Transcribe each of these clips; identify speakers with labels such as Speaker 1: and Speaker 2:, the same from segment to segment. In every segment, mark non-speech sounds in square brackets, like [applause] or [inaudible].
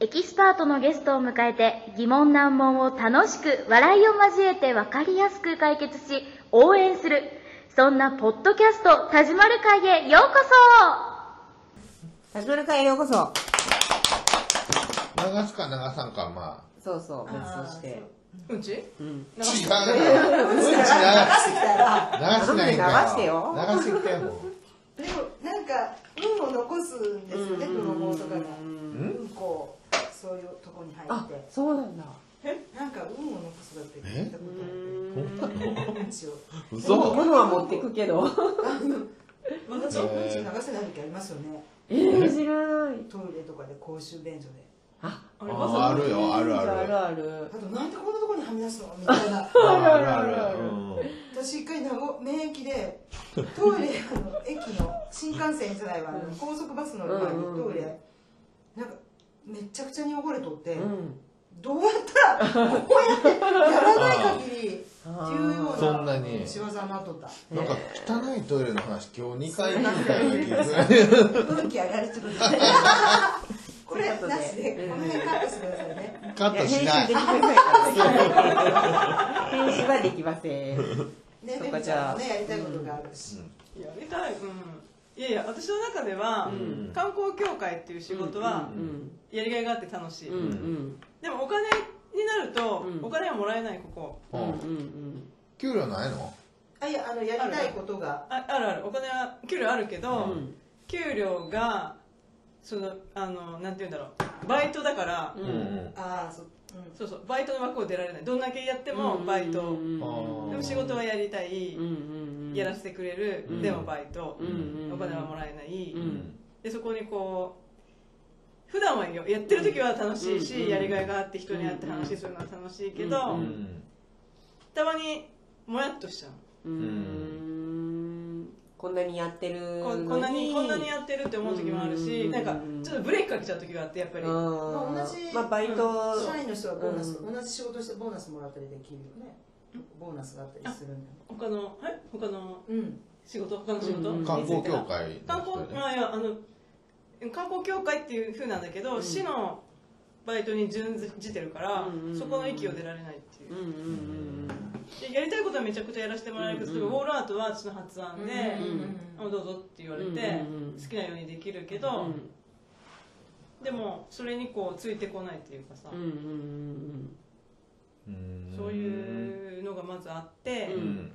Speaker 1: エキスパートのゲストを迎えて疑問難問を楽しく笑いを交えて分かりやすく解決し応援するそんなポッドキャスト「田島る会」へようこ
Speaker 2: タジマル会へようこそ。
Speaker 3: 流すか流さんか、ま
Speaker 2: そうそう、別として。
Speaker 4: うんち
Speaker 2: うん。
Speaker 3: あ。違うな。うんち流す。流しないんか
Speaker 2: 流してよ
Speaker 3: 流してきても
Speaker 5: でもなんか運を残すんですよね文法とかが
Speaker 3: ん
Speaker 5: 運こうそういうとこに入って
Speaker 2: そうなんだ。
Speaker 5: なんか運を残すだって聞いたことあるうんちを
Speaker 3: う。
Speaker 2: 物は持ってくけど。
Speaker 5: うんちうんち流せない時ありますよね
Speaker 2: [laughs] えー、知らない。
Speaker 5: トイレとかで公衆便所で
Speaker 4: あ
Speaker 3: ああるよ、あるある。
Speaker 2: あ
Speaker 3: ある
Speaker 2: るある
Speaker 5: あ。となんでこんなとこにはみ出すのみたいな
Speaker 3: あるある。うん
Speaker 5: 私一回名護免疫でトイレあの駅の新幹線じゃないわあの高速バスの前にトイレなんかめちゃくちゃに汚れとって、
Speaker 2: うん。
Speaker 5: どうやったらこうやってやらない限りっていうような
Speaker 3: そんなに
Speaker 5: 仕業になっとった
Speaker 3: なんか汚いトイレの話、今日2回目みたいな気がする。
Speaker 5: 運気上がるちょっとこれなしでこの辺カットしてくださいね
Speaker 3: カットしない
Speaker 2: いや。編集できませんから。編集はできません。
Speaker 5: ね
Speaker 2: そっ
Speaker 5: ベ
Speaker 2: か
Speaker 5: ビ
Speaker 2: じ
Speaker 5: ち
Speaker 2: ゃ
Speaker 5: ゃ
Speaker 2: あ
Speaker 5: んもねやりたいことがあるし
Speaker 4: やめたいうんいやいや私の中では、
Speaker 3: ん
Speaker 4: 観光協会っていう仕事は
Speaker 3: う
Speaker 2: う、ん。
Speaker 4: やりがいがあって楽しい、
Speaker 2: うんうん。
Speaker 4: でもお金になると、
Speaker 2: うん
Speaker 4: お金はもらえないここ
Speaker 2: うん
Speaker 3: うん
Speaker 2: うん
Speaker 3: 給料ないの
Speaker 5: あいやあのやりたいことが
Speaker 4: ああるあるお金は給料あるけど、
Speaker 2: うん。うん。
Speaker 4: 給料がそのあのなんて言うんだろうバイトだから、
Speaker 2: うん
Speaker 3: ん。
Speaker 5: ああそううん
Speaker 4: そうそうバイトの枠を出られないどんだけやってもバイト、
Speaker 2: うん
Speaker 3: あー
Speaker 4: でも仕事はやりたい、
Speaker 2: うんうん。
Speaker 4: やらせてくれる、
Speaker 2: うん
Speaker 4: でもバイト、
Speaker 2: うん。
Speaker 4: お金はも
Speaker 2: ら
Speaker 4: らえない、
Speaker 2: う
Speaker 3: うんん。
Speaker 4: でそこにこう普段はよやってる時は楽しいし、
Speaker 2: うん
Speaker 4: やりがいがあって人に会って話するのは楽しいけど、
Speaker 2: う
Speaker 3: うん。
Speaker 4: たまにもやっとしちゃう、
Speaker 2: うーん。こんなにやってる
Speaker 4: こ
Speaker 2: のに。
Speaker 4: んこんなにこんなにやってるって思う時もあるし、
Speaker 2: うん
Speaker 4: なんかちょっとブレーキかけちゃう時があってやっぱり、
Speaker 2: うん
Speaker 5: まあ同じ
Speaker 2: まあ、バイト、
Speaker 5: 社員の人はボーナス、
Speaker 2: う
Speaker 5: 同じ仕事してボーナスもらったりできるよねボーナスがあったりするんだよね
Speaker 4: 他のはい他の
Speaker 5: うん
Speaker 4: 仕事他の仕事、
Speaker 2: うんうん
Speaker 3: 観光協会
Speaker 4: 観
Speaker 3: の人
Speaker 4: 光
Speaker 3: で。
Speaker 4: まあいやあの観光協会っていう風なんだけど、
Speaker 2: うん
Speaker 4: 市のバイトに準じてるから、
Speaker 2: うんうんうん
Speaker 4: そこの域を出られないっていう
Speaker 2: うんうんうん
Speaker 4: でやりたいことはめちゃくちゃやらせてもらえるけど、
Speaker 2: うんうん
Speaker 4: 例えばウォールアートは私の発案で、
Speaker 2: うん
Speaker 4: あどうぞって言われて、
Speaker 2: うんうんうん
Speaker 4: 好きなようにできるけ
Speaker 2: う
Speaker 4: ど、
Speaker 2: ん
Speaker 4: でもそれにこうついてこないっていうかさ、
Speaker 2: うんうんうん
Speaker 3: うん
Speaker 4: そういうのがまずあって、
Speaker 2: う
Speaker 3: うん
Speaker 4: っ
Speaker 3: ん。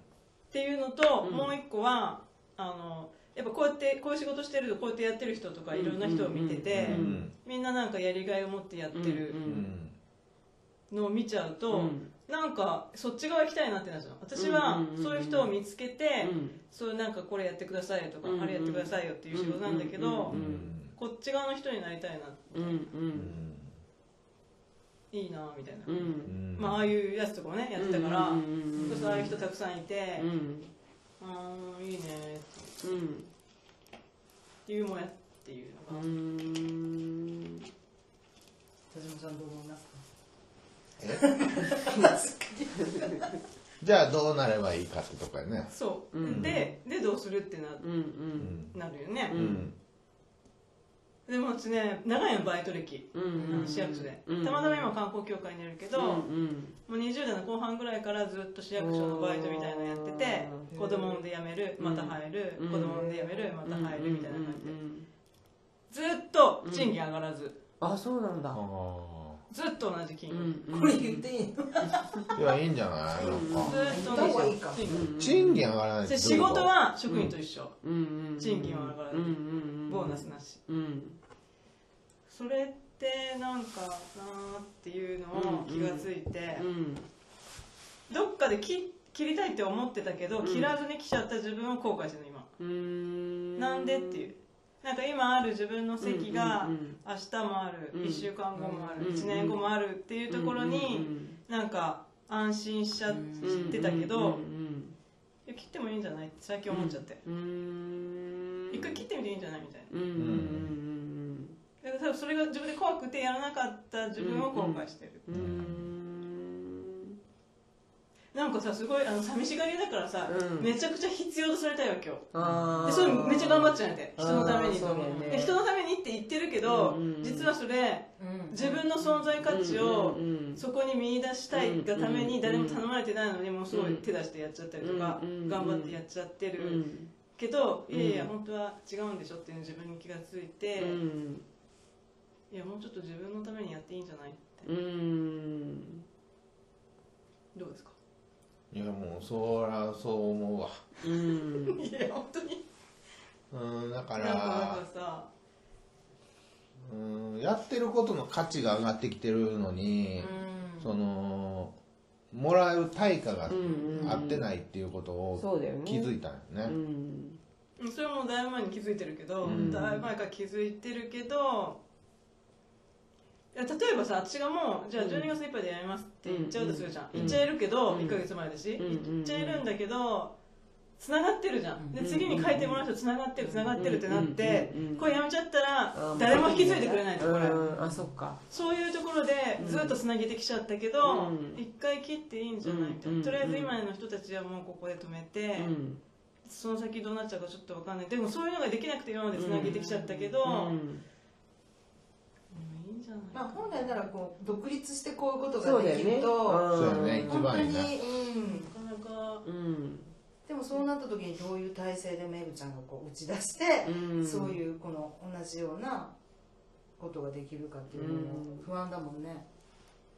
Speaker 4: ていうのと、
Speaker 2: うん
Speaker 4: もう一個はあのやっぱこうやってこういう仕事してるとこうやってやってる人とかいろんな人を見てて、
Speaker 2: うん
Speaker 4: みんななんかやりがいを持ってやって
Speaker 2: う
Speaker 4: る
Speaker 3: うんん。
Speaker 4: のを見ちゃうと、
Speaker 2: うん
Speaker 4: なんかそっち側行きたいなってなっちゃう私は
Speaker 2: うんうんうんうん
Speaker 4: そういう人を見つけて、
Speaker 2: うん
Speaker 4: そうなんかこれやってくださいよとか、
Speaker 2: うんうん
Speaker 4: あれやってくださいよっていう仕事なんだけど、
Speaker 2: うんうんうんうん
Speaker 4: こっち側の人になりたい
Speaker 2: う
Speaker 4: な
Speaker 2: んうん
Speaker 3: う
Speaker 4: いいなみたいな、
Speaker 2: うんうん
Speaker 3: ん。
Speaker 4: まあああいうやつとかもねやってたから、
Speaker 2: うんうんうんうん
Speaker 4: そしたらああいう人たくさんいて
Speaker 2: う、ん
Speaker 4: うーんいいね
Speaker 2: うん
Speaker 4: っていうもやっていう
Speaker 2: う
Speaker 4: のが、
Speaker 2: ん
Speaker 5: 田島さんどう思いますか
Speaker 3: じゃあどうなればいいかってとこやね。
Speaker 4: そう、
Speaker 2: うん
Speaker 4: ででどうするってな
Speaker 2: うんうん
Speaker 3: う
Speaker 4: なるよね、
Speaker 3: ん。
Speaker 4: でも私ね長いのバイト歴、
Speaker 2: うん
Speaker 4: あの市役所で、
Speaker 2: うん
Speaker 4: たまたま今観光協会にいるけど、
Speaker 2: うん
Speaker 4: も
Speaker 2: うん
Speaker 4: う20代の後半ぐらいからずっと市役所のバイトみたいなのやってて
Speaker 5: うん
Speaker 4: 子供産んで辞めるまた入る、
Speaker 2: うん
Speaker 4: 子供産んで辞めるまた入るみたいな感じで、
Speaker 2: うんうんうん
Speaker 4: ずっと賃金上がらず、
Speaker 2: あそうなんだ
Speaker 3: あ
Speaker 4: ずっと同じ金
Speaker 2: う
Speaker 4: 額、
Speaker 2: んうん
Speaker 5: これ言っていいの
Speaker 3: あ。いや、いいんじゃないなんか。
Speaker 4: ずっ
Speaker 5: 言
Speaker 4: と
Speaker 5: った方がいいか
Speaker 4: 同じ
Speaker 2: うん
Speaker 4: 金額
Speaker 2: うん
Speaker 3: 賃金上がらないってど
Speaker 4: で
Speaker 3: うい
Speaker 4: 仕
Speaker 3: うこと
Speaker 4: 事は職員と一緒、
Speaker 2: うんうんうん
Speaker 4: 賃金は上がらない
Speaker 2: うんうんうん
Speaker 4: ボーナスなし
Speaker 2: うん
Speaker 4: それってなんかなーっていうのを気がついて、
Speaker 2: うん
Speaker 4: どっかで切切りたいって思ってたけど、
Speaker 2: うん
Speaker 4: 切らずに来ちゃった自分を後悔してるの今、
Speaker 2: うん
Speaker 4: なんでっていうなんか今ある自分の席が、
Speaker 2: うんうん
Speaker 4: 明日もある、
Speaker 2: うん
Speaker 4: 1週間後もある、
Speaker 2: うん
Speaker 4: 1年後もあるっていうところに、なんか安心しちゃってたけど、
Speaker 2: うんうん
Speaker 4: いや切ってもいいんじゃないって最近思っちゃって、
Speaker 2: うんうん
Speaker 4: 一回切ってみていいんじゃないみたいな
Speaker 2: うんうんうん
Speaker 4: だから多分それが自分で怖くてやらなかった自分を後悔してる、
Speaker 2: うんうん
Speaker 4: なんかさすごいあの寂しがりだからさ、
Speaker 6: うん
Speaker 4: めちゃくちゃ必要とされたいわけよ
Speaker 6: あ
Speaker 4: で
Speaker 6: ー
Speaker 4: それめっちゃ頑張っちゃうんやて人のためにと
Speaker 6: あーそうやね
Speaker 4: で人のためにって言ってるけど、
Speaker 6: うんうん
Speaker 4: 実はそれ
Speaker 5: うん
Speaker 4: 自分の存在価値を
Speaker 6: うんうんうん
Speaker 4: そこに見出したいがため
Speaker 6: うんうん
Speaker 4: に誰も頼まれてないのにもうすごい手出してやっちゃったりとか
Speaker 6: うんうんうん
Speaker 4: 頑張ってやっちゃって
Speaker 6: う
Speaker 4: る
Speaker 6: ん
Speaker 4: けど
Speaker 6: うん
Speaker 4: いやいや本当は違うんでしょっていうの自分に気がついて
Speaker 6: うん
Speaker 4: いやもうちょっと自分のためにやっていいんじゃないって
Speaker 6: うん
Speaker 4: どうですか
Speaker 3: いやもうそらそう思うわ
Speaker 6: うん
Speaker 4: いや本当に
Speaker 3: うんだか
Speaker 4: なんかなん
Speaker 3: ら
Speaker 4: かさ
Speaker 3: うんやってることの価値が上がってきてるのに、
Speaker 5: うん
Speaker 3: そのもらう対価が
Speaker 6: うんうんうん
Speaker 3: 合ってないっていうことを
Speaker 6: そうだよね
Speaker 3: 気づいたんよね、
Speaker 6: うん
Speaker 4: それはもうだいぶ前に気づいてるけど、
Speaker 3: うん
Speaker 4: だいぶ前から気づいてるけどいや例えばさ私がもうじゃあ
Speaker 6: うん
Speaker 4: 12月いっぱいでやめますって言っちゃうとするじゃん、
Speaker 6: うん
Speaker 4: 言っちゃえるけど、
Speaker 6: うん
Speaker 4: 1ヶ月前だし、
Speaker 6: うん
Speaker 4: 言っちゃえるんだけどつながってるじゃんで
Speaker 6: うん
Speaker 4: 次に書いてもらう人つながってるつながってるってなって、
Speaker 6: うんうんうん
Speaker 4: これやめちゃった
Speaker 6: あ
Speaker 4: ら
Speaker 6: ー
Speaker 4: 誰も引き継いでくれないとこれ、
Speaker 6: うんあそっか
Speaker 4: そういうところでずっとつなげてきちゃったけど、
Speaker 6: うん
Speaker 4: 一回切っていいんじゃないみたいな、
Speaker 6: うん
Speaker 4: とりあえず今の人たちはもうここで止めて、
Speaker 6: うん
Speaker 4: その先どうなっちゃうかちょっとわかんないでもそういうのができなくて今までつなげてきちゃったけど、
Speaker 6: うん
Speaker 4: でもいいんじゃない
Speaker 5: まあ本来ならこう独立してこういうこと
Speaker 6: そ
Speaker 5: が
Speaker 6: うだよ
Speaker 5: できる
Speaker 6: ね
Speaker 5: と
Speaker 3: そうだね
Speaker 5: 本当に
Speaker 3: 一番
Speaker 5: うん
Speaker 4: なかなか
Speaker 6: うん
Speaker 5: でもそうなった時にどういう体制でめぐちゃんがこう打ち出して、
Speaker 6: うん
Speaker 5: そういうこの同じようなことができるかっていうのも不安だもんね、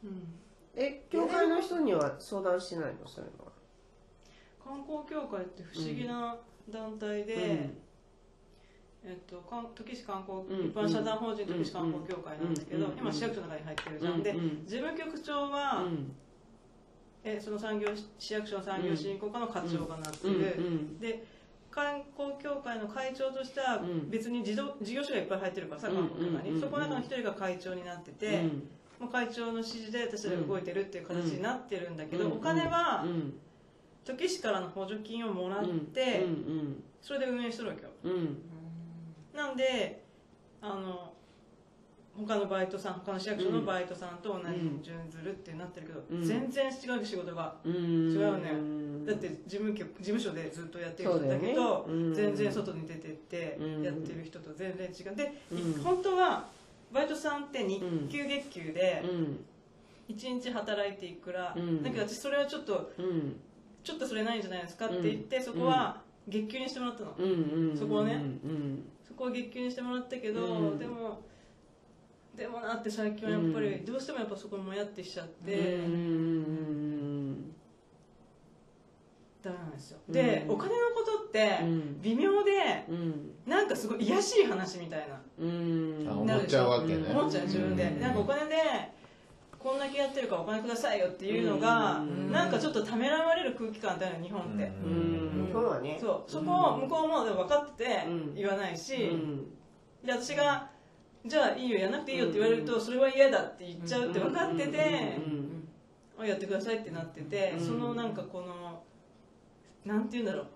Speaker 4: うん
Speaker 6: え教会の人には相談しないのそういうのは
Speaker 4: 観光協会って不思議な団体で、えっと、かん時市観光、
Speaker 6: うん
Speaker 4: 一般社団法人時市観光協会なんだけど、
Speaker 6: うん
Speaker 4: 今市役所の中に入ってるじゃん、
Speaker 6: うん
Speaker 4: で
Speaker 6: うん
Speaker 4: 事務局長は、
Speaker 6: うん
Speaker 4: えその産業市役所の産業振興課の課長がなって
Speaker 6: う
Speaker 4: る、
Speaker 6: んうん
Speaker 4: で観光協会の会長としては
Speaker 6: うん
Speaker 4: 別に事業事業所がいっぱい入ってるからさ
Speaker 6: うん
Speaker 4: 観光協会
Speaker 6: うん
Speaker 4: にそこの中の一人が会長になってて、
Speaker 6: うん
Speaker 4: もう会長の指示で私たちが動いてるっていう形になってるんだけど、
Speaker 6: うん
Speaker 4: お金は
Speaker 6: うん
Speaker 4: 時市からの補助金をもらって、
Speaker 6: うん
Speaker 4: それで運営してるわけよ
Speaker 6: うんうん
Speaker 4: なんであの他のバイトさん他の市役所のバイトさんと同じように準ずるってなってるけど、
Speaker 6: うん
Speaker 4: 全然違う仕事が
Speaker 6: うん
Speaker 4: 違うよね、
Speaker 6: ね
Speaker 4: だって事務局事務所でずっとやってる人だ
Speaker 6: そ
Speaker 4: け
Speaker 6: う
Speaker 4: ど
Speaker 6: だよねうん
Speaker 4: 全然外に出てって
Speaker 6: うん
Speaker 4: やってる人と全然違うで、
Speaker 6: うん
Speaker 4: 本当はバイトさんって日給月給で
Speaker 6: うん
Speaker 4: 1日働いていくら、
Speaker 6: うん
Speaker 4: だけど私それはちょっと
Speaker 6: うん
Speaker 4: ちょっとそれないんじゃないですかって言って、
Speaker 6: うん
Speaker 4: そこは月給にしてもらったの、
Speaker 6: うんうん
Speaker 4: そこをね
Speaker 6: うん
Speaker 4: そこは月給にしてもらったけど、
Speaker 6: うん
Speaker 4: でもでもなって最近はやっぱりどうしてもやっぱそこもやってしちゃって、
Speaker 6: うんうん
Speaker 4: ダメなんですよ、
Speaker 6: うん
Speaker 4: でお金のことって
Speaker 6: うん
Speaker 4: 微妙で、
Speaker 6: うんうん
Speaker 4: なんかすごい癒やしい話みたいな
Speaker 6: うん
Speaker 3: あ
Speaker 4: な
Speaker 3: 思
Speaker 4: る
Speaker 3: っ
Speaker 4: で
Speaker 3: ち
Speaker 4: しょ
Speaker 3: ゃうわけね
Speaker 4: 思っちゃう自分で、
Speaker 3: うん
Speaker 4: なんかお金でこんだけやってるからお金くださいよっていうのが、
Speaker 6: うん
Speaker 4: なんかちょっとためらわれる空気感だよね日本って、
Speaker 6: う
Speaker 3: うんん
Speaker 6: そうだね
Speaker 4: そうそこを向こうも分かってて
Speaker 6: うん
Speaker 4: 言わないし、
Speaker 6: うん
Speaker 4: で私がじゃあいいよやんなくていいよって言われるとそれは嫌だって言っちゃうって分かってて、
Speaker 6: うん
Speaker 4: あやってくださいってなってて、
Speaker 6: うん
Speaker 4: そのなんかこのなんて言うんだろう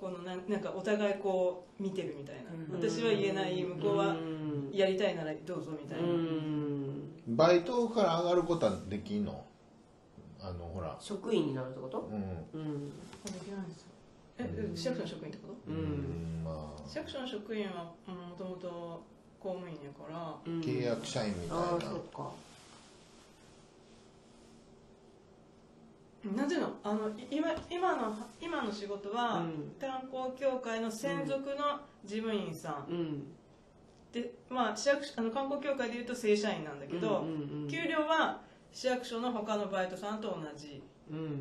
Speaker 4: このなんなんかお互いこう見てるみたいな、
Speaker 5: うん
Speaker 4: 私は言えない向こうは
Speaker 6: うん
Speaker 4: やりたいならどうぞみたいな、
Speaker 6: うん
Speaker 3: バイトから上がることはできんのあのほら
Speaker 6: 職員になるってこと
Speaker 3: うん
Speaker 6: うん
Speaker 4: できないですよえ市役所の職員ってこ
Speaker 6: う
Speaker 3: うんんまあ
Speaker 4: と市役所の職員はもともと公務員やから
Speaker 6: うん
Speaker 3: 契約社員みたいな
Speaker 6: ああそっか
Speaker 4: なんていうのあのい今今の今の仕事は、
Speaker 6: うん
Speaker 4: 炭鉱協会の専属の事務員さん、
Speaker 6: うん
Speaker 4: でまあ市役所あの観光協会でいうと正社員なんだけど、
Speaker 6: うんうんうん
Speaker 4: 給料は市役所の他のバイトさんと同じ
Speaker 6: うん
Speaker 4: っ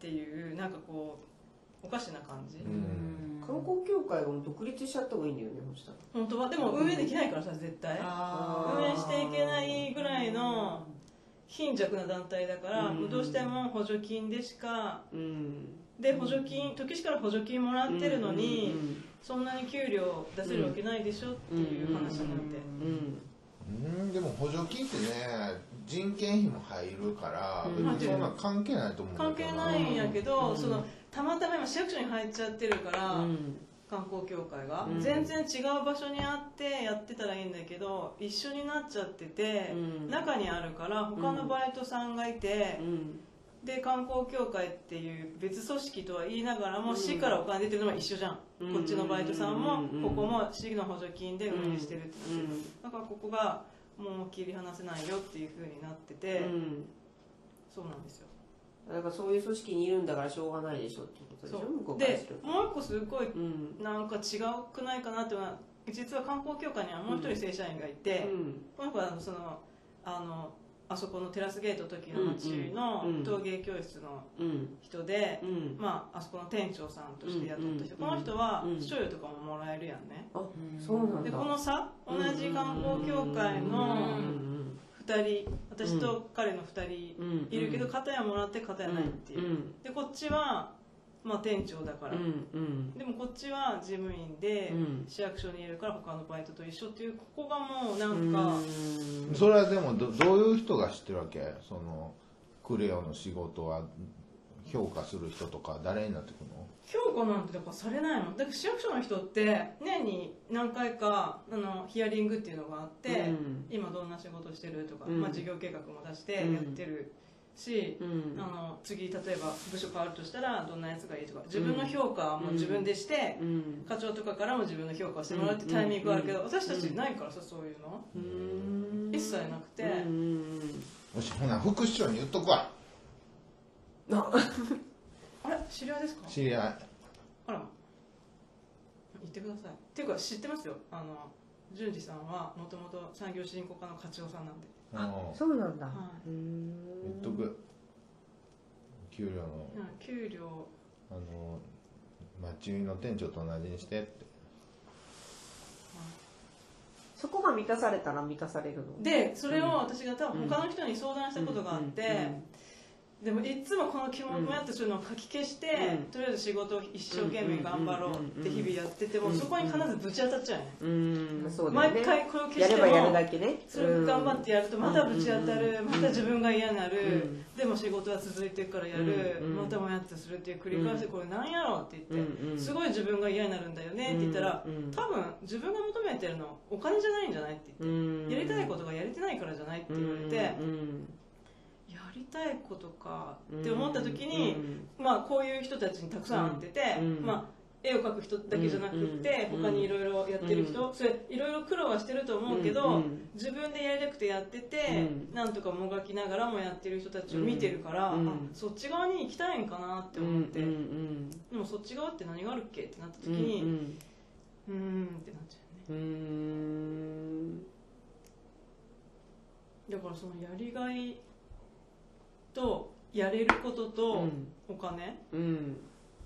Speaker 4: ていうなんかこうおかしな感じ、
Speaker 3: うん
Speaker 6: 観光協会がもう独立しちゃった方がいいんだよねそしたら
Speaker 4: 本当はでも運営できないからさ絶対
Speaker 5: あ
Speaker 4: 運営していけないぐらいの貧弱な団体だから、
Speaker 6: うん
Speaker 4: どうしても補助金でしか
Speaker 6: うん
Speaker 4: で補助金時しから補助金もらってるのに、そんなに給料出せるわけないでしょっていう話になって、
Speaker 6: うんうん
Speaker 3: うんでも補助金ってね人件費も入るから、
Speaker 6: うん
Speaker 3: 別にそんな関係ないと思うんだ
Speaker 4: 関
Speaker 3: けど
Speaker 4: 係ないんやけど、
Speaker 6: うん
Speaker 4: そのたまたま今市役所に入っちゃってるから、
Speaker 6: うん
Speaker 4: 観光協会が、
Speaker 6: うん
Speaker 4: 全然違う場所にあってやってたらいいんだけど一緒になっちゃってて、
Speaker 6: うん
Speaker 4: 中にあるから他のバイトさんがいて
Speaker 6: う、ん
Speaker 4: で観光協会っていう別組織とは言いながらも、市からお金出てるのは一緒じゃん、
Speaker 2: うん
Speaker 4: こっちのバイトさんも、
Speaker 2: うん
Speaker 4: ここも市の補助金で運営してるってなってる、
Speaker 2: うん
Speaker 4: だからここがもう切り離せないよっていうふうになってて、
Speaker 2: うん
Speaker 4: そうなんですよ
Speaker 2: だからそういう組織にいるんだからしょうがないでしょってことでしょ向こ
Speaker 4: そう
Speaker 2: うから
Speaker 4: です
Speaker 2: ると
Speaker 4: もう一個すごい
Speaker 2: うん
Speaker 4: なんか違くないかなっていうのは実は観光協会にはもう一人正社員がいて、
Speaker 2: うん
Speaker 4: この子はあのそのあのあそこのテラスゲート時の町の
Speaker 2: うんうんうん
Speaker 4: 陶芸教室の
Speaker 2: うん
Speaker 4: 人で、
Speaker 2: うん
Speaker 4: まあ、あそこの店長さんとして雇った人、
Speaker 2: うんうん
Speaker 4: この人は
Speaker 2: うん
Speaker 4: 賞与とかももらえるやんね、
Speaker 2: あそうなんだ
Speaker 4: でこの差同じ観光協会
Speaker 2: う
Speaker 4: の
Speaker 2: ん
Speaker 4: 2人私と彼の2人
Speaker 2: うんうん
Speaker 4: いるけど片やもらって片やないっていう、
Speaker 2: うん
Speaker 4: でこっちは、まあ、店長だから、
Speaker 2: うんうん
Speaker 4: でもこっちは事務員で、
Speaker 2: うん
Speaker 4: 市役所にいるから他のバイトと一緒っていうここがもうな
Speaker 2: うんん
Speaker 4: か、
Speaker 3: それはでもどどういう人が知ってるわけそのクレヨンの仕事は評価する人とか誰になってくるの
Speaker 4: 評価なんてだからされないのだから市役所の人って年に何回かあのヒアリングっていうのがあって、
Speaker 2: うん
Speaker 4: 今どんな仕事してるとか、
Speaker 2: うん
Speaker 4: まあ、事業計画も出してやってるし、
Speaker 2: うん
Speaker 4: あの次例えば部署変わるとしたらどんなやつがいいとか自分の評価はもう自分でして、
Speaker 2: うん
Speaker 4: 課長とかからも自分の評価をしてもらうってタイミングはあるけど、私たちないからさそういうの、
Speaker 2: うん
Speaker 4: 一切なくて、
Speaker 2: うん
Speaker 3: よしほな副市長に言っとくわ
Speaker 2: あ
Speaker 4: あれ知り合いですか
Speaker 3: 知り合い
Speaker 4: あら言ってくださいっていうか知ってますよあの淳二さんはもともと産業振興課の課長さんなんで
Speaker 3: うん
Speaker 2: そうなんだ
Speaker 4: は
Speaker 2: うー
Speaker 3: 言っ
Speaker 2: ん
Speaker 3: とく給料の
Speaker 4: うん給料
Speaker 3: あの町の店長と同じにしてって
Speaker 2: そこが満たされたら満たされるの
Speaker 4: でそれを私が多
Speaker 2: う
Speaker 4: 分
Speaker 2: ん
Speaker 4: 他の人に相談したことがあって、でもいつもこの気もやっとするのをかき消して、
Speaker 2: うん
Speaker 4: とりあえず仕事を一生懸命頑張ろうって日々やってても、
Speaker 2: うん
Speaker 4: そこに必ずぶち当たっちゃうね、
Speaker 2: うーんそうだよね
Speaker 4: 毎回これを消
Speaker 2: や
Speaker 4: して
Speaker 2: れ
Speaker 4: も
Speaker 2: ばやるだけね
Speaker 4: それを頑張ってやるとまたぶち当たる、
Speaker 2: うん
Speaker 4: また自分が嫌になる、
Speaker 2: うん
Speaker 4: でも仕事は続いてるからやる、
Speaker 2: うんうん
Speaker 4: またもやってするっていう繰り返しで、
Speaker 2: うん
Speaker 4: これなんやろうって言って、
Speaker 2: うんうん
Speaker 4: すごい自分が嫌になるんだよねって言ったら、
Speaker 2: うんうん
Speaker 4: 多分自分が求めてるのお金じゃないんじゃないって言って、
Speaker 2: うん
Speaker 4: やりたいことがやれてないからじゃないって言われて、
Speaker 2: うんうん
Speaker 4: やりたいことか
Speaker 2: うん
Speaker 4: って思った時に、
Speaker 2: うん
Speaker 4: まあ、こういう人たちにたくさん会ってて、
Speaker 2: うん
Speaker 4: まあ、絵を描く人だけじゃなくって、
Speaker 2: うん
Speaker 4: 他にいろいろやってる人、
Speaker 2: う
Speaker 4: それいろいろ苦労はしてると思うけど、
Speaker 2: うん
Speaker 4: 自分でやりたくてやってて、
Speaker 2: うん
Speaker 4: なんとかもがきながらもやってる人たちを見てるから、
Speaker 2: うん
Speaker 4: あそっち側に行きたいんかなって
Speaker 2: うん
Speaker 4: 思って、
Speaker 2: うんうん
Speaker 4: でもそっち側って何があるっけってなった時
Speaker 2: うん
Speaker 4: にうーんってなっちゃ
Speaker 2: う
Speaker 4: うね
Speaker 2: んうーん
Speaker 4: だからそのやりがいとやれること
Speaker 2: う
Speaker 4: と
Speaker 2: ん
Speaker 4: お金、
Speaker 2: うん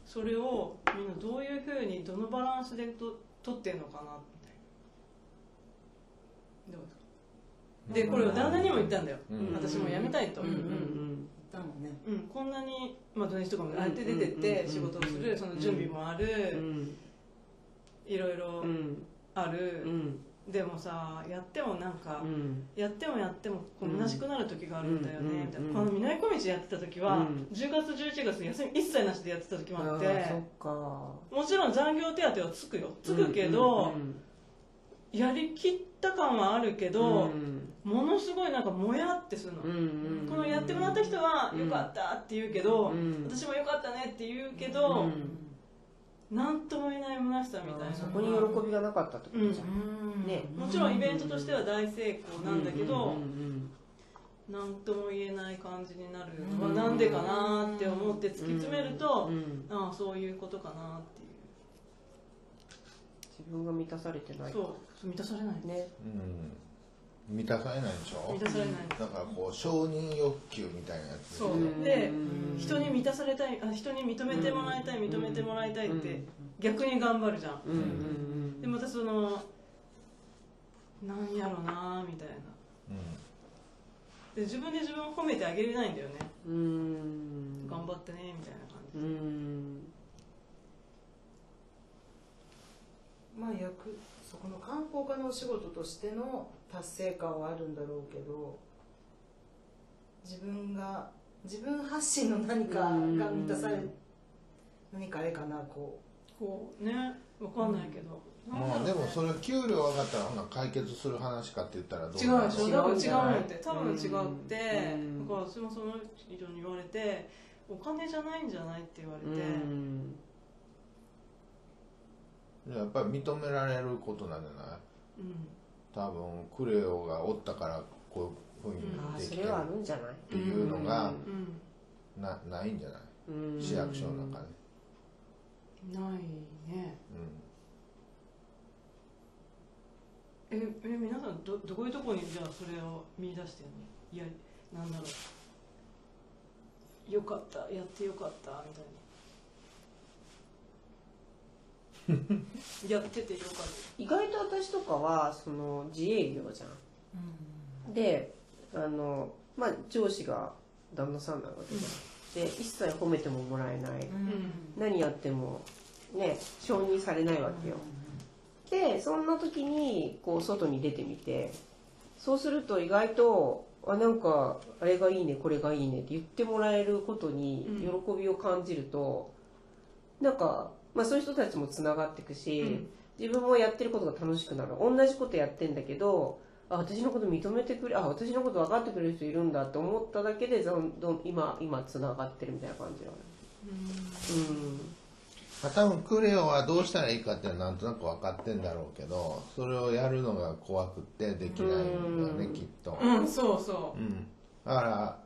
Speaker 4: それをみんなどういうふうにどのバランスでと取ってんのかなみたいなどうですかでこれを旦那にも言ったんだよ、
Speaker 3: うん
Speaker 4: 私もう辞めたいと、
Speaker 2: うんうん
Speaker 5: だもんね
Speaker 4: うん、こんなに、まあ、土日とかもああやって出てって仕事をするその準備もあ
Speaker 2: う
Speaker 4: る
Speaker 2: ん
Speaker 4: いろいろ
Speaker 2: うん
Speaker 4: あ
Speaker 2: う
Speaker 4: る
Speaker 2: ん
Speaker 4: でもさやってもなんか
Speaker 2: うん
Speaker 4: やってもやってもこう虚しくなる時があるんだよ
Speaker 2: うん
Speaker 4: ねみたい
Speaker 2: うん
Speaker 4: なこの南小道やってた時
Speaker 2: う
Speaker 4: は
Speaker 2: ん
Speaker 4: 10月11月休み一切なしでやってた時もあっ
Speaker 2: あー
Speaker 4: て
Speaker 2: そっか
Speaker 4: もちろん残業手当はつくよつくけど
Speaker 2: うんうん
Speaker 4: やりきった感はあるけ
Speaker 2: う
Speaker 4: ど
Speaker 2: ん
Speaker 4: ものすごいなんかもやってするの
Speaker 2: うんうん
Speaker 4: このやってもらった人は良かったって言うけど
Speaker 2: うん
Speaker 4: 私も良かったねって言うけ
Speaker 2: う
Speaker 4: ど
Speaker 2: ん
Speaker 4: なんとも言えない虚しさみたいな
Speaker 2: そこに喜びがなかったってことじゃん、ね
Speaker 4: もちろんイベントとしては大成功なんだけど、
Speaker 2: うんうん
Speaker 4: なんとも言えない感じになるのはなんでかなーって思って突き詰めると、
Speaker 2: うんうん
Speaker 4: ああそういうことかなっていう
Speaker 2: 自分が満たされてない
Speaker 4: そう満たされない、
Speaker 2: ね
Speaker 3: うん満たされないでしょ
Speaker 4: 満たされない
Speaker 3: だからこう承認欲求みたいなやつ
Speaker 4: そう、
Speaker 2: うん
Speaker 4: で
Speaker 2: うん
Speaker 4: 人に満たされたいあ人に認めてもらいたい認めてもらいたいって、逆に頑張るじゃん、
Speaker 2: うんうん
Speaker 4: でまたそのなんやろなーみたいな
Speaker 3: う
Speaker 4: で自分で自分を褒めてあげれないんだよね、
Speaker 2: うんうん
Speaker 4: 頑張ってねみたいな感じ、
Speaker 2: うん
Speaker 5: まあ役そこの観光課のお仕事としての達成感はあるんだろうけど自分が自分発信の何かが満たされ
Speaker 2: うん
Speaker 5: 何かあれかなこ
Speaker 4: こうねわかんないけど、
Speaker 5: う
Speaker 3: まあでもそれ給料上がったらほな解決する話かって言ったらどう
Speaker 4: 違うでし
Speaker 2: す
Speaker 4: ょ
Speaker 2: よ
Speaker 3: う
Speaker 4: 多分
Speaker 2: 違う
Speaker 4: 違うん
Speaker 2: んじゃない
Speaker 4: って多分違って、
Speaker 2: うん
Speaker 4: だから私もその人に言われてお金じゃないんじゃないって言われて、
Speaker 2: うん
Speaker 3: やっぱり認められることなんじゃない
Speaker 4: うん
Speaker 3: 多分クレオがおったからこういうふうに
Speaker 2: ああ
Speaker 3: で
Speaker 2: そ
Speaker 3: きて
Speaker 2: れ
Speaker 3: る
Speaker 2: はあるんじゃない
Speaker 3: っていうのが
Speaker 4: うん
Speaker 3: なないんじゃない
Speaker 2: うん
Speaker 3: 市役所の中で、
Speaker 4: ないね
Speaker 3: うん、
Speaker 4: ええ皆さんどどこいうとこにじゃあそれを見出してるのいやなんだろうよかったやってよかったみた [laughs] いなやっててよかっ
Speaker 2: 意外と私とかはその自営業じゃんであの、まあ、上司が旦那さんなわけじゃん、で一切褒めてももらえない、
Speaker 4: た、
Speaker 2: 何やってもね承認されないわけよ、でそんな時にこう外に出てみてそうすると意外とあなんかあれがいいねこれがいいねって言ってもらえることに
Speaker 4: うん
Speaker 2: 喜びを感じると、なんか、まあ、そういう人たちもつながっていくし、
Speaker 4: うん
Speaker 2: 自分もやってることが楽しくなる同じことやってんだけどあ私のこと認めてくれあ私のこと分かってくれる人いるんだと思っただけでどんどん今今つながってるみたいな感じなのうん
Speaker 3: まあ、多分クレオはどうしたらいいかっていうのはなんとなく分かってんだろうけどそれをやるのが怖くってできないんだよね
Speaker 2: うん
Speaker 3: きっと、
Speaker 4: うんうん、そうそ
Speaker 3: うん、だから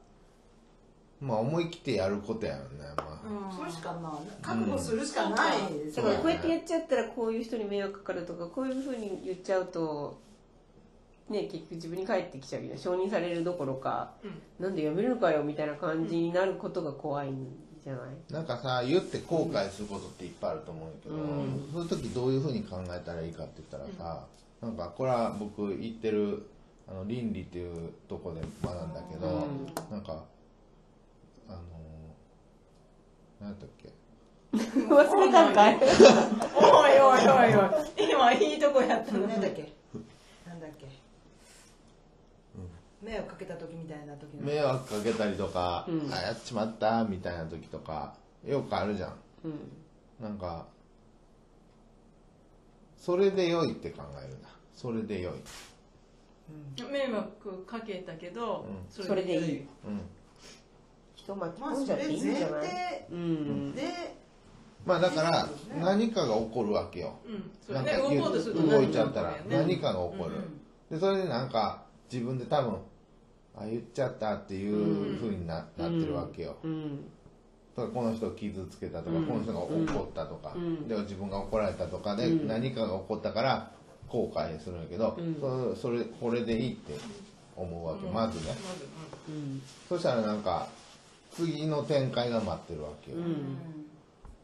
Speaker 3: まあ思い切ってやることやよね、ま
Speaker 4: う、
Speaker 3: あ
Speaker 4: うん、
Speaker 5: それしかまあ覚悟するしかないです
Speaker 2: だから
Speaker 5: よね
Speaker 2: こうやってやっちゃったらこういう人に迷惑かかるとかこういうふうに言っちゃうと、ね、結局自分に返ってきちゃうよね承認されるどころか、なんでやめるのかよみたいな感じになることが怖いんじゃない、
Speaker 3: なんかさ言って後悔することっていっぱいあると思うんやけど、
Speaker 2: うん
Speaker 3: そういう時どういうふうに考えたらいいかって言ったらさ、なんかこれは僕言ってるあの倫理っていうとこで学んだけど、
Speaker 2: うん
Speaker 3: なんかあの何やったっけ
Speaker 2: 忘れたんかい
Speaker 4: おいおいおいおい今いいとこやったね
Speaker 5: なんだっけなんだっけ迷惑かけた時みたいな時の
Speaker 3: 迷惑かけたりとか、
Speaker 2: うん
Speaker 3: あやっちまったみたいな時とかよくあるじゃん
Speaker 2: うん
Speaker 3: なんかそれで良いって考えるんだそれで良い、
Speaker 4: 迷惑かけたけど、
Speaker 3: うん
Speaker 2: それでいい
Speaker 3: うん、
Speaker 2: 人巻き
Speaker 5: まあ
Speaker 2: 込ん
Speaker 5: そ
Speaker 2: じゃ
Speaker 5: れ
Speaker 2: ってい
Speaker 5: 前
Speaker 2: いんじゃない、
Speaker 5: 提
Speaker 2: うん
Speaker 5: で
Speaker 3: まあだから
Speaker 5: そうですね
Speaker 3: 何かが起こるわけよ
Speaker 4: うんそ
Speaker 3: な
Speaker 4: れ
Speaker 3: ん
Speaker 4: ね
Speaker 3: か
Speaker 4: 動こうとすると
Speaker 3: 動いちゃったら
Speaker 4: 何かね
Speaker 3: 何かが起こるでそれでなんか自分で多分あ言っちゃったっていうふうにな,、なってるわけよ、
Speaker 2: うん
Speaker 3: とかこの人を傷つけたとか、
Speaker 2: うん
Speaker 3: この人が怒ったとか、
Speaker 2: うん
Speaker 3: で自分が怒られたとかで
Speaker 2: うん
Speaker 3: 何かが起こったから後悔するんやけど、
Speaker 2: うん
Speaker 3: そそれこれでいいって思うわけ、まずね
Speaker 4: まず
Speaker 2: うん
Speaker 3: そしたらなんか次の展開が待ってるわけよ、
Speaker 2: うん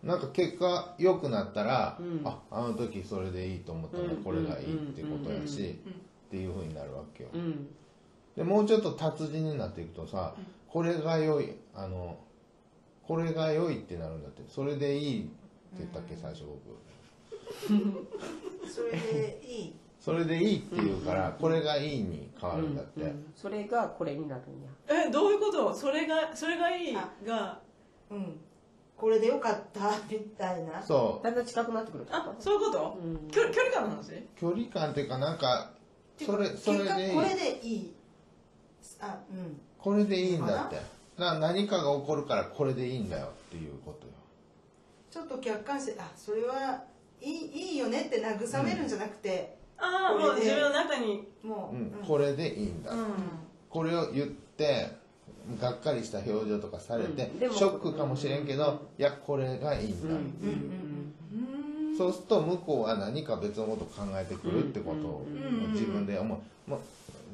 Speaker 3: なんか結果良くなったら、
Speaker 2: うん
Speaker 3: ああの時それでいいと思ったら
Speaker 2: うん
Speaker 3: これがいいってことやし、
Speaker 4: うん
Speaker 3: っていうふうになるわけよ、
Speaker 2: うん
Speaker 3: でもうちょっと達人になっていくとさ、これが良いあのこれが良いってなるんだってそれでいいって言ったっけ最初僕
Speaker 5: それでいい
Speaker 3: それでいいって言うから、これがいいに変わるんだって、
Speaker 2: うんそれがこれになるんや
Speaker 4: えどういうことそれがそれがいい
Speaker 5: あ
Speaker 4: が
Speaker 5: うんこれでよかったみたいな
Speaker 3: そう
Speaker 2: だんだん近くなってくるって
Speaker 4: あ
Speaker 2: こ
Speaker 4: そういうことと、
Speaker 2: うん
Speaker 4: 距離距離感の話
Speaker 3: 距離感っていうかなんかそれそれ
Speaker 5: 結果
Speaker 3: でいい
Speaker 5: これでいいあうん
Speaker 3: これでいいんだってな何かが起こるからこれでいいんだよっていうことよ
Speaker 5: ちょっと客観視あそれはいいいいよねって慰めるんじゃなくて、
Speaker 4: ああもう自分の中に
Speaker 5: もう、
Speaker 3: うん
Speaker 5: うん
Speaker 3: これでいいんだ、
Speaker 4: うん
Speaker 3: これを言ってがっかりした表情とかされて、
Speaker 2: うんでも
Speaker 3: ショックかもしれんけど、いやこれがいいんだっていう、そうすると向こうは何か別のことを考えてくるってことを
Speaker 4: うん
Speaker 3: 自分で思う、もう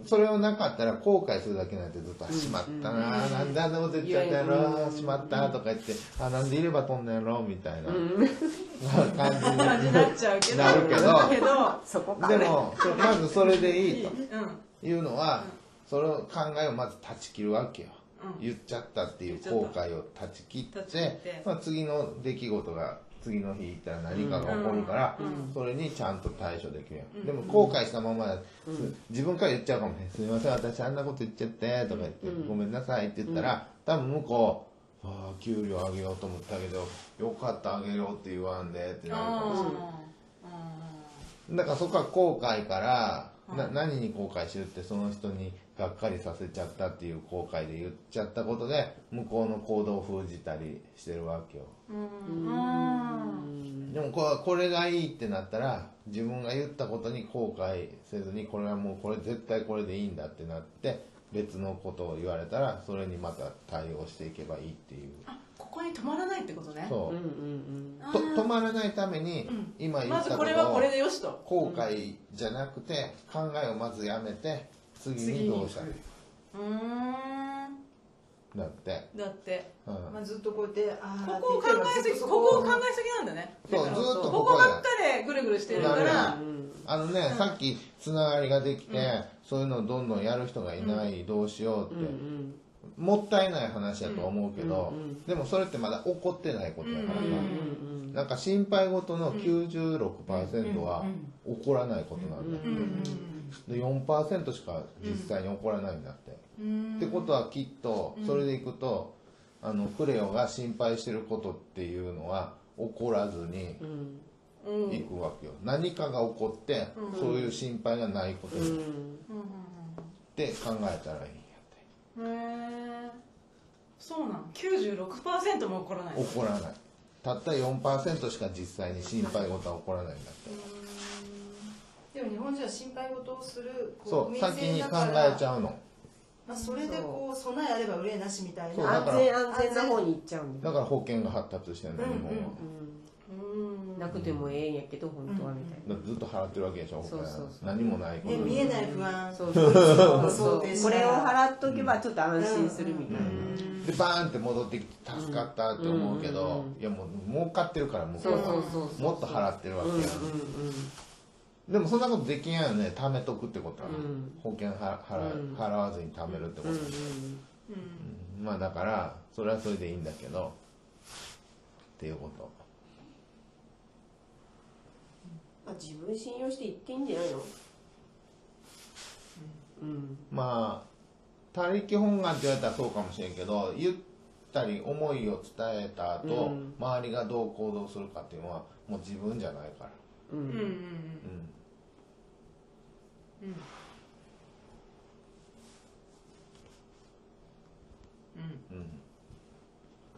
Speaker 3: それをなかったら後悔するだけなんてずっと「あしまったなあ、なんであんなこと言っちゃったや
Speaker 2: いやい
Speaker 3: ろ
Speaker 2: や
Speaker 3: あしまった」とか言って「あなんでいれば飛んだやろ」みたいな
Speaker 2: うん
Speaker 3: 感じ
Speaker 2: [laughs]
Speaker 3: に
Speaker 4: 感じになっちゃうけど
Speaker 3: なるけど
Speaker 4: けど
Speaker 2: そこか
Speaker 3: でもそまずそれでいいと
Speaker 4: うんうん
Speaker 3: いうのはその考えをまず断ち切るわけよ、言っちゃったっていう後悔を断ち切って
Speaker 4: 断ち切って
Speaker 3: まあ、次の出来事が次の日行ったら何かが起こるから、それにちゃんと対処できるやん、でも後悔したままだ、自分から言っちゃうかもね「すみません私あんなこと言っちゃって」とか言って、ごめんなさい」って言ったら、多分向こう「ああ給料上げようと思ったけどよかったあげようって言わんで」ってなるかもしれない
Speaker 4: あ
Speaker 3: だからそこは後悔から、な何に後悔してるってその人にがっかりさせちゃったっていう後悔で言っちゃったことで向こうの行動を封じたりしてるわけよでもこれこれがいいってなったら自分が言ったことに後悔せずにこれはもうこれ絶対これでいいんだってなって別のことを言われたらそれにまた対応していけばいいっていう
Speaker 4: あここに止まらないってことね
Speaker 3: そう
Speaker 2: う
Speaker 3: うん
Speaker 2: ん
Speaker 4: あー
Speaker 3: と止まらないために
Speaker 4: ん
Speaker 3: 今言
Speaker 4: ま
Speaker 3: っ
Speaker 4: ず
Speaker 3: た
Speaker 4: こ
Speaker 3: こと
Speaker 4: れは
Speaker 3: を
Speaker 4: これでよしと
Speaker 3: 後悔じゃなくて考えをまずやめて次にどうしたらいいう
Speaker 4: ーん
Speaker 3: だって、
Speaker 4: だって
Speaker 3: うん、
Speaker 5: まあ、ずっとこうやってあ
Speaker 4: こ
Speaker 5: あ
Speaker 4: こを考えすぎここを考えすぎなんだね
Speaker 3: そうず
Speaker 4: だ
Speaker 3: ー
Speaker 4: か
Speaker 3: っ
Speaker 4: ら
Speaker 3: と
Speaker 4: こ
Speaker 3: こ
Speaker 4: こ
Speaker 3: こ
Speaker 4: ばっ
Speaker 3: や
Speaker 4: かでぐるぐるしてるか
Speaker 3: ダ
Speaker 4: ら
Speaker 3: あのね、さっきつながりができて、そういうのをどんどんやる人がいない、どうしようって、もったいない話だと思うけど、でもそれってまだ起こってないことだからさ、なんか心配事の96%は起こらないことなんだって、で4%しか実際に起こらないんだって、ってことはきっとそれでいくと、あのクレヨが心配してることっていうのは起こらずにいくわけよ、何かが起こって、そういう心配がないことにって考えたらいいんやっ
Speaker 4: へえそうなん96%も起こらない
Speaker 3: て起こらないたった4%しか実際に心配事は起こらないんだって
Speaker 5: でも日本人は心配事をする
Speaker 3: そ
Speaker 5: こ
Speaker 3: う
Speaker 5: う
Speaker 3: 先に
Speaker 5: だ
Speaker 3: 考
Speaker 5: から
Speaker 3: えちゃうの
Speaker 5: まあ、それでこう備えあれば憂いなしみたい
Speaker 3: そう
Speaker 5: な
Speaker 2: 安
Speaker 3: だから
Speaker 2: 全安全な方に行っちゃうんだ
Speaker 3: だから保険が発達してるの日本は、
Speaker 4: うん
Speaker 2: なくてもええんやけど本当はみたい
Speaker 3: だからずっと払ってるわけでしょ保険
Speaker 2: そうそうそう
Speaker 3: 何もないこと
Speaker 5: ね、見えない不安
Speaker 2: なそうそうそう
Speaker 5: 想
Speaker 2: そう
Speaker 5: 定し
Speaker 2: こ
Speaker 5: なが
Speaker 2: れ
Speaker 5: ら
Speaker 2: を払っとけばちょっと安心するみたいな
Speaker 3: でバーンって戻ってきて助かったって思うけど、いやもう儲かってるから向こ
Speaker 2: そう
Speaker 3: う
Speaker 2: そう
Speaker 3: は
Speaker 2: そうそう
Speaker 3: もっと払ってるわけや、ん、でもそんなことできんやよね貯めとくってことは、保険は払,、払わずに貯めるってこと、うんまあだからそれはそれでいいんだけどっていうこと
Speaker 2: まあ自分信用して行っていいんじゃないのうん
Speaker 3: まあ「他力本願」って言われたらそうかもしれんけど言ったり思いを伝えた後、
Speaker 2: うん
Speaker 3: 周りがどう行動するかっていうのはもう自分じゃないから、
Speaker 2: う
Speaker 4: うん
Speaker 2: ん
Speaker 4: うんうん
Speaker 3: うん、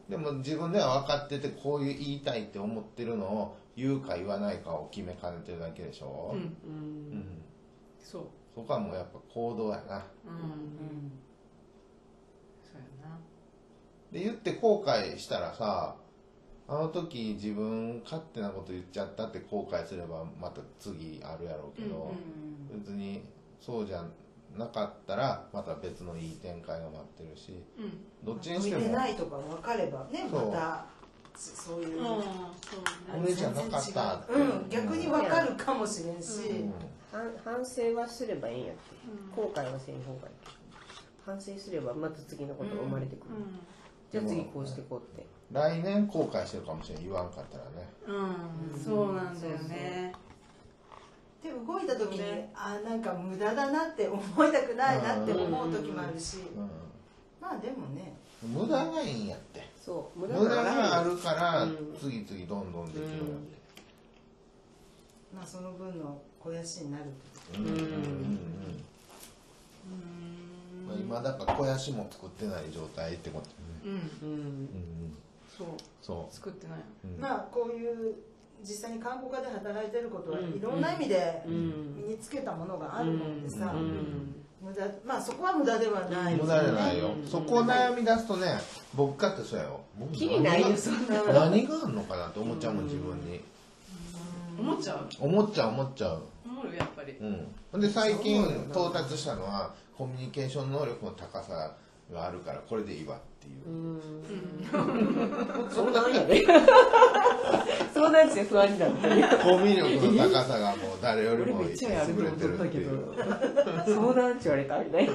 Speaker 3: でも自分では分かっててこういう言いたいって思ってるのを言うか言わないかを決めかねてるだけでしょ、
Speaker 4: うん
Speaker 2: うん
Speaker 3: うん
Speaker 4: そう
Speaker 3: そこはもうやっぱ行動やな
Speaker 4: うんそうやな
Speaker 3: で言って後悔したらさあの時自分勝手なこと言っちゃったって後悔すればまた次あるやろうけど、別にそうじゃなかったらまた別のいい展開が待ってるし
Speaker 4: うん
Speaker 3: どっちに
Speaker 5: 向
Speaker 3: し
Speaker 5: い
Speaker 3: て
Speaker 5: て
Speaker 3: も
Speaker 5: ないとか分かればね
Speaker 3: そう
Speaker 5: またそそういう、
Speaker 4: ああそうね
Speaker 3: 俺じゃなかったって、
Speaker 5: うん、逆に分かるかもしれんし、
Speaker 3: うん
Speaker 2: 反反省はすればいいんやって、後悔はせん方がいいけど反省すればまた次のことが生まれてくる、じゃあ次こうしてこうって、
Speaker 3: 来年後悔してるかもしれない言わんかったらね
Speaker 4: うんうんそうなんだよね
Speaker 5: で動いた時に、あなんか無駄だなって思いたくないなって思う時もあるし、まあでもね
Speaker 3: 無駄がいいんやって
Speaker 2: そう
Speaker 3: 無
Speaker 2: 無
Speaker 3: 駄
Speaker 2: 駄な
Speaker 3: があ
Speaker 2: ら
Speaker 3: るから
Speaker 2: うん
Speaker 3: 次々どんどんできるんやって
Speaker 5: まあその分の肥やしになる
Speaker 3: うんうんうんまあ今だから肥やしも作ってない状態ってことね
Speaker 4: うん
Speaker 2: うん
Speaker 3: うん
Speaker 4: そう
Speaker 3: そ
Speaker 4: 作ってない
Speaker 5: まあこういう実際に観光家で働いてることは
Speaker 2: うん
Speaker 5: いろんな意味で
Speaker 2: うん
Speaker 5: 身につけたものがあるもんでさ、
Speaker 2: うん
Speaker 5: 無駄まあそこは無駄ではな
Speaker 3: う
Speaker 5: い
Speaker 3: 無駄じゃないよそこを悩み出すとね僕かってそうやよ僕
Speaker 2: きりないよそんな
Speaker 3: 何があんのかなって思っちゃうもん自分に
Speaker 4: 思っちゃう
Speaker 3: 思っちゃう思っちゃう
Speaker 4: 思うよやっぱり
Speaker 3: うん、で最近到達したのはコミュニケーション能力の高さがあるからこれでいいわっていう、
Speaker 2: そうなんやね [laughs] そうなんですよ不安になる
Speaker 3: コミュ力の高さがもう誰より
Speaker 2: 俺
Speaker 3: も
Speaker 2: めっちゃやると
Speaker 3: 優れ
Speaker 2: 思って
Speaker 3: る
Speaker 2: と
Speaker 3: っ
Speaker 2: ってたけど [laughs]
Speaker 3: いう
Speaker 2: そうなんって言われたみたいな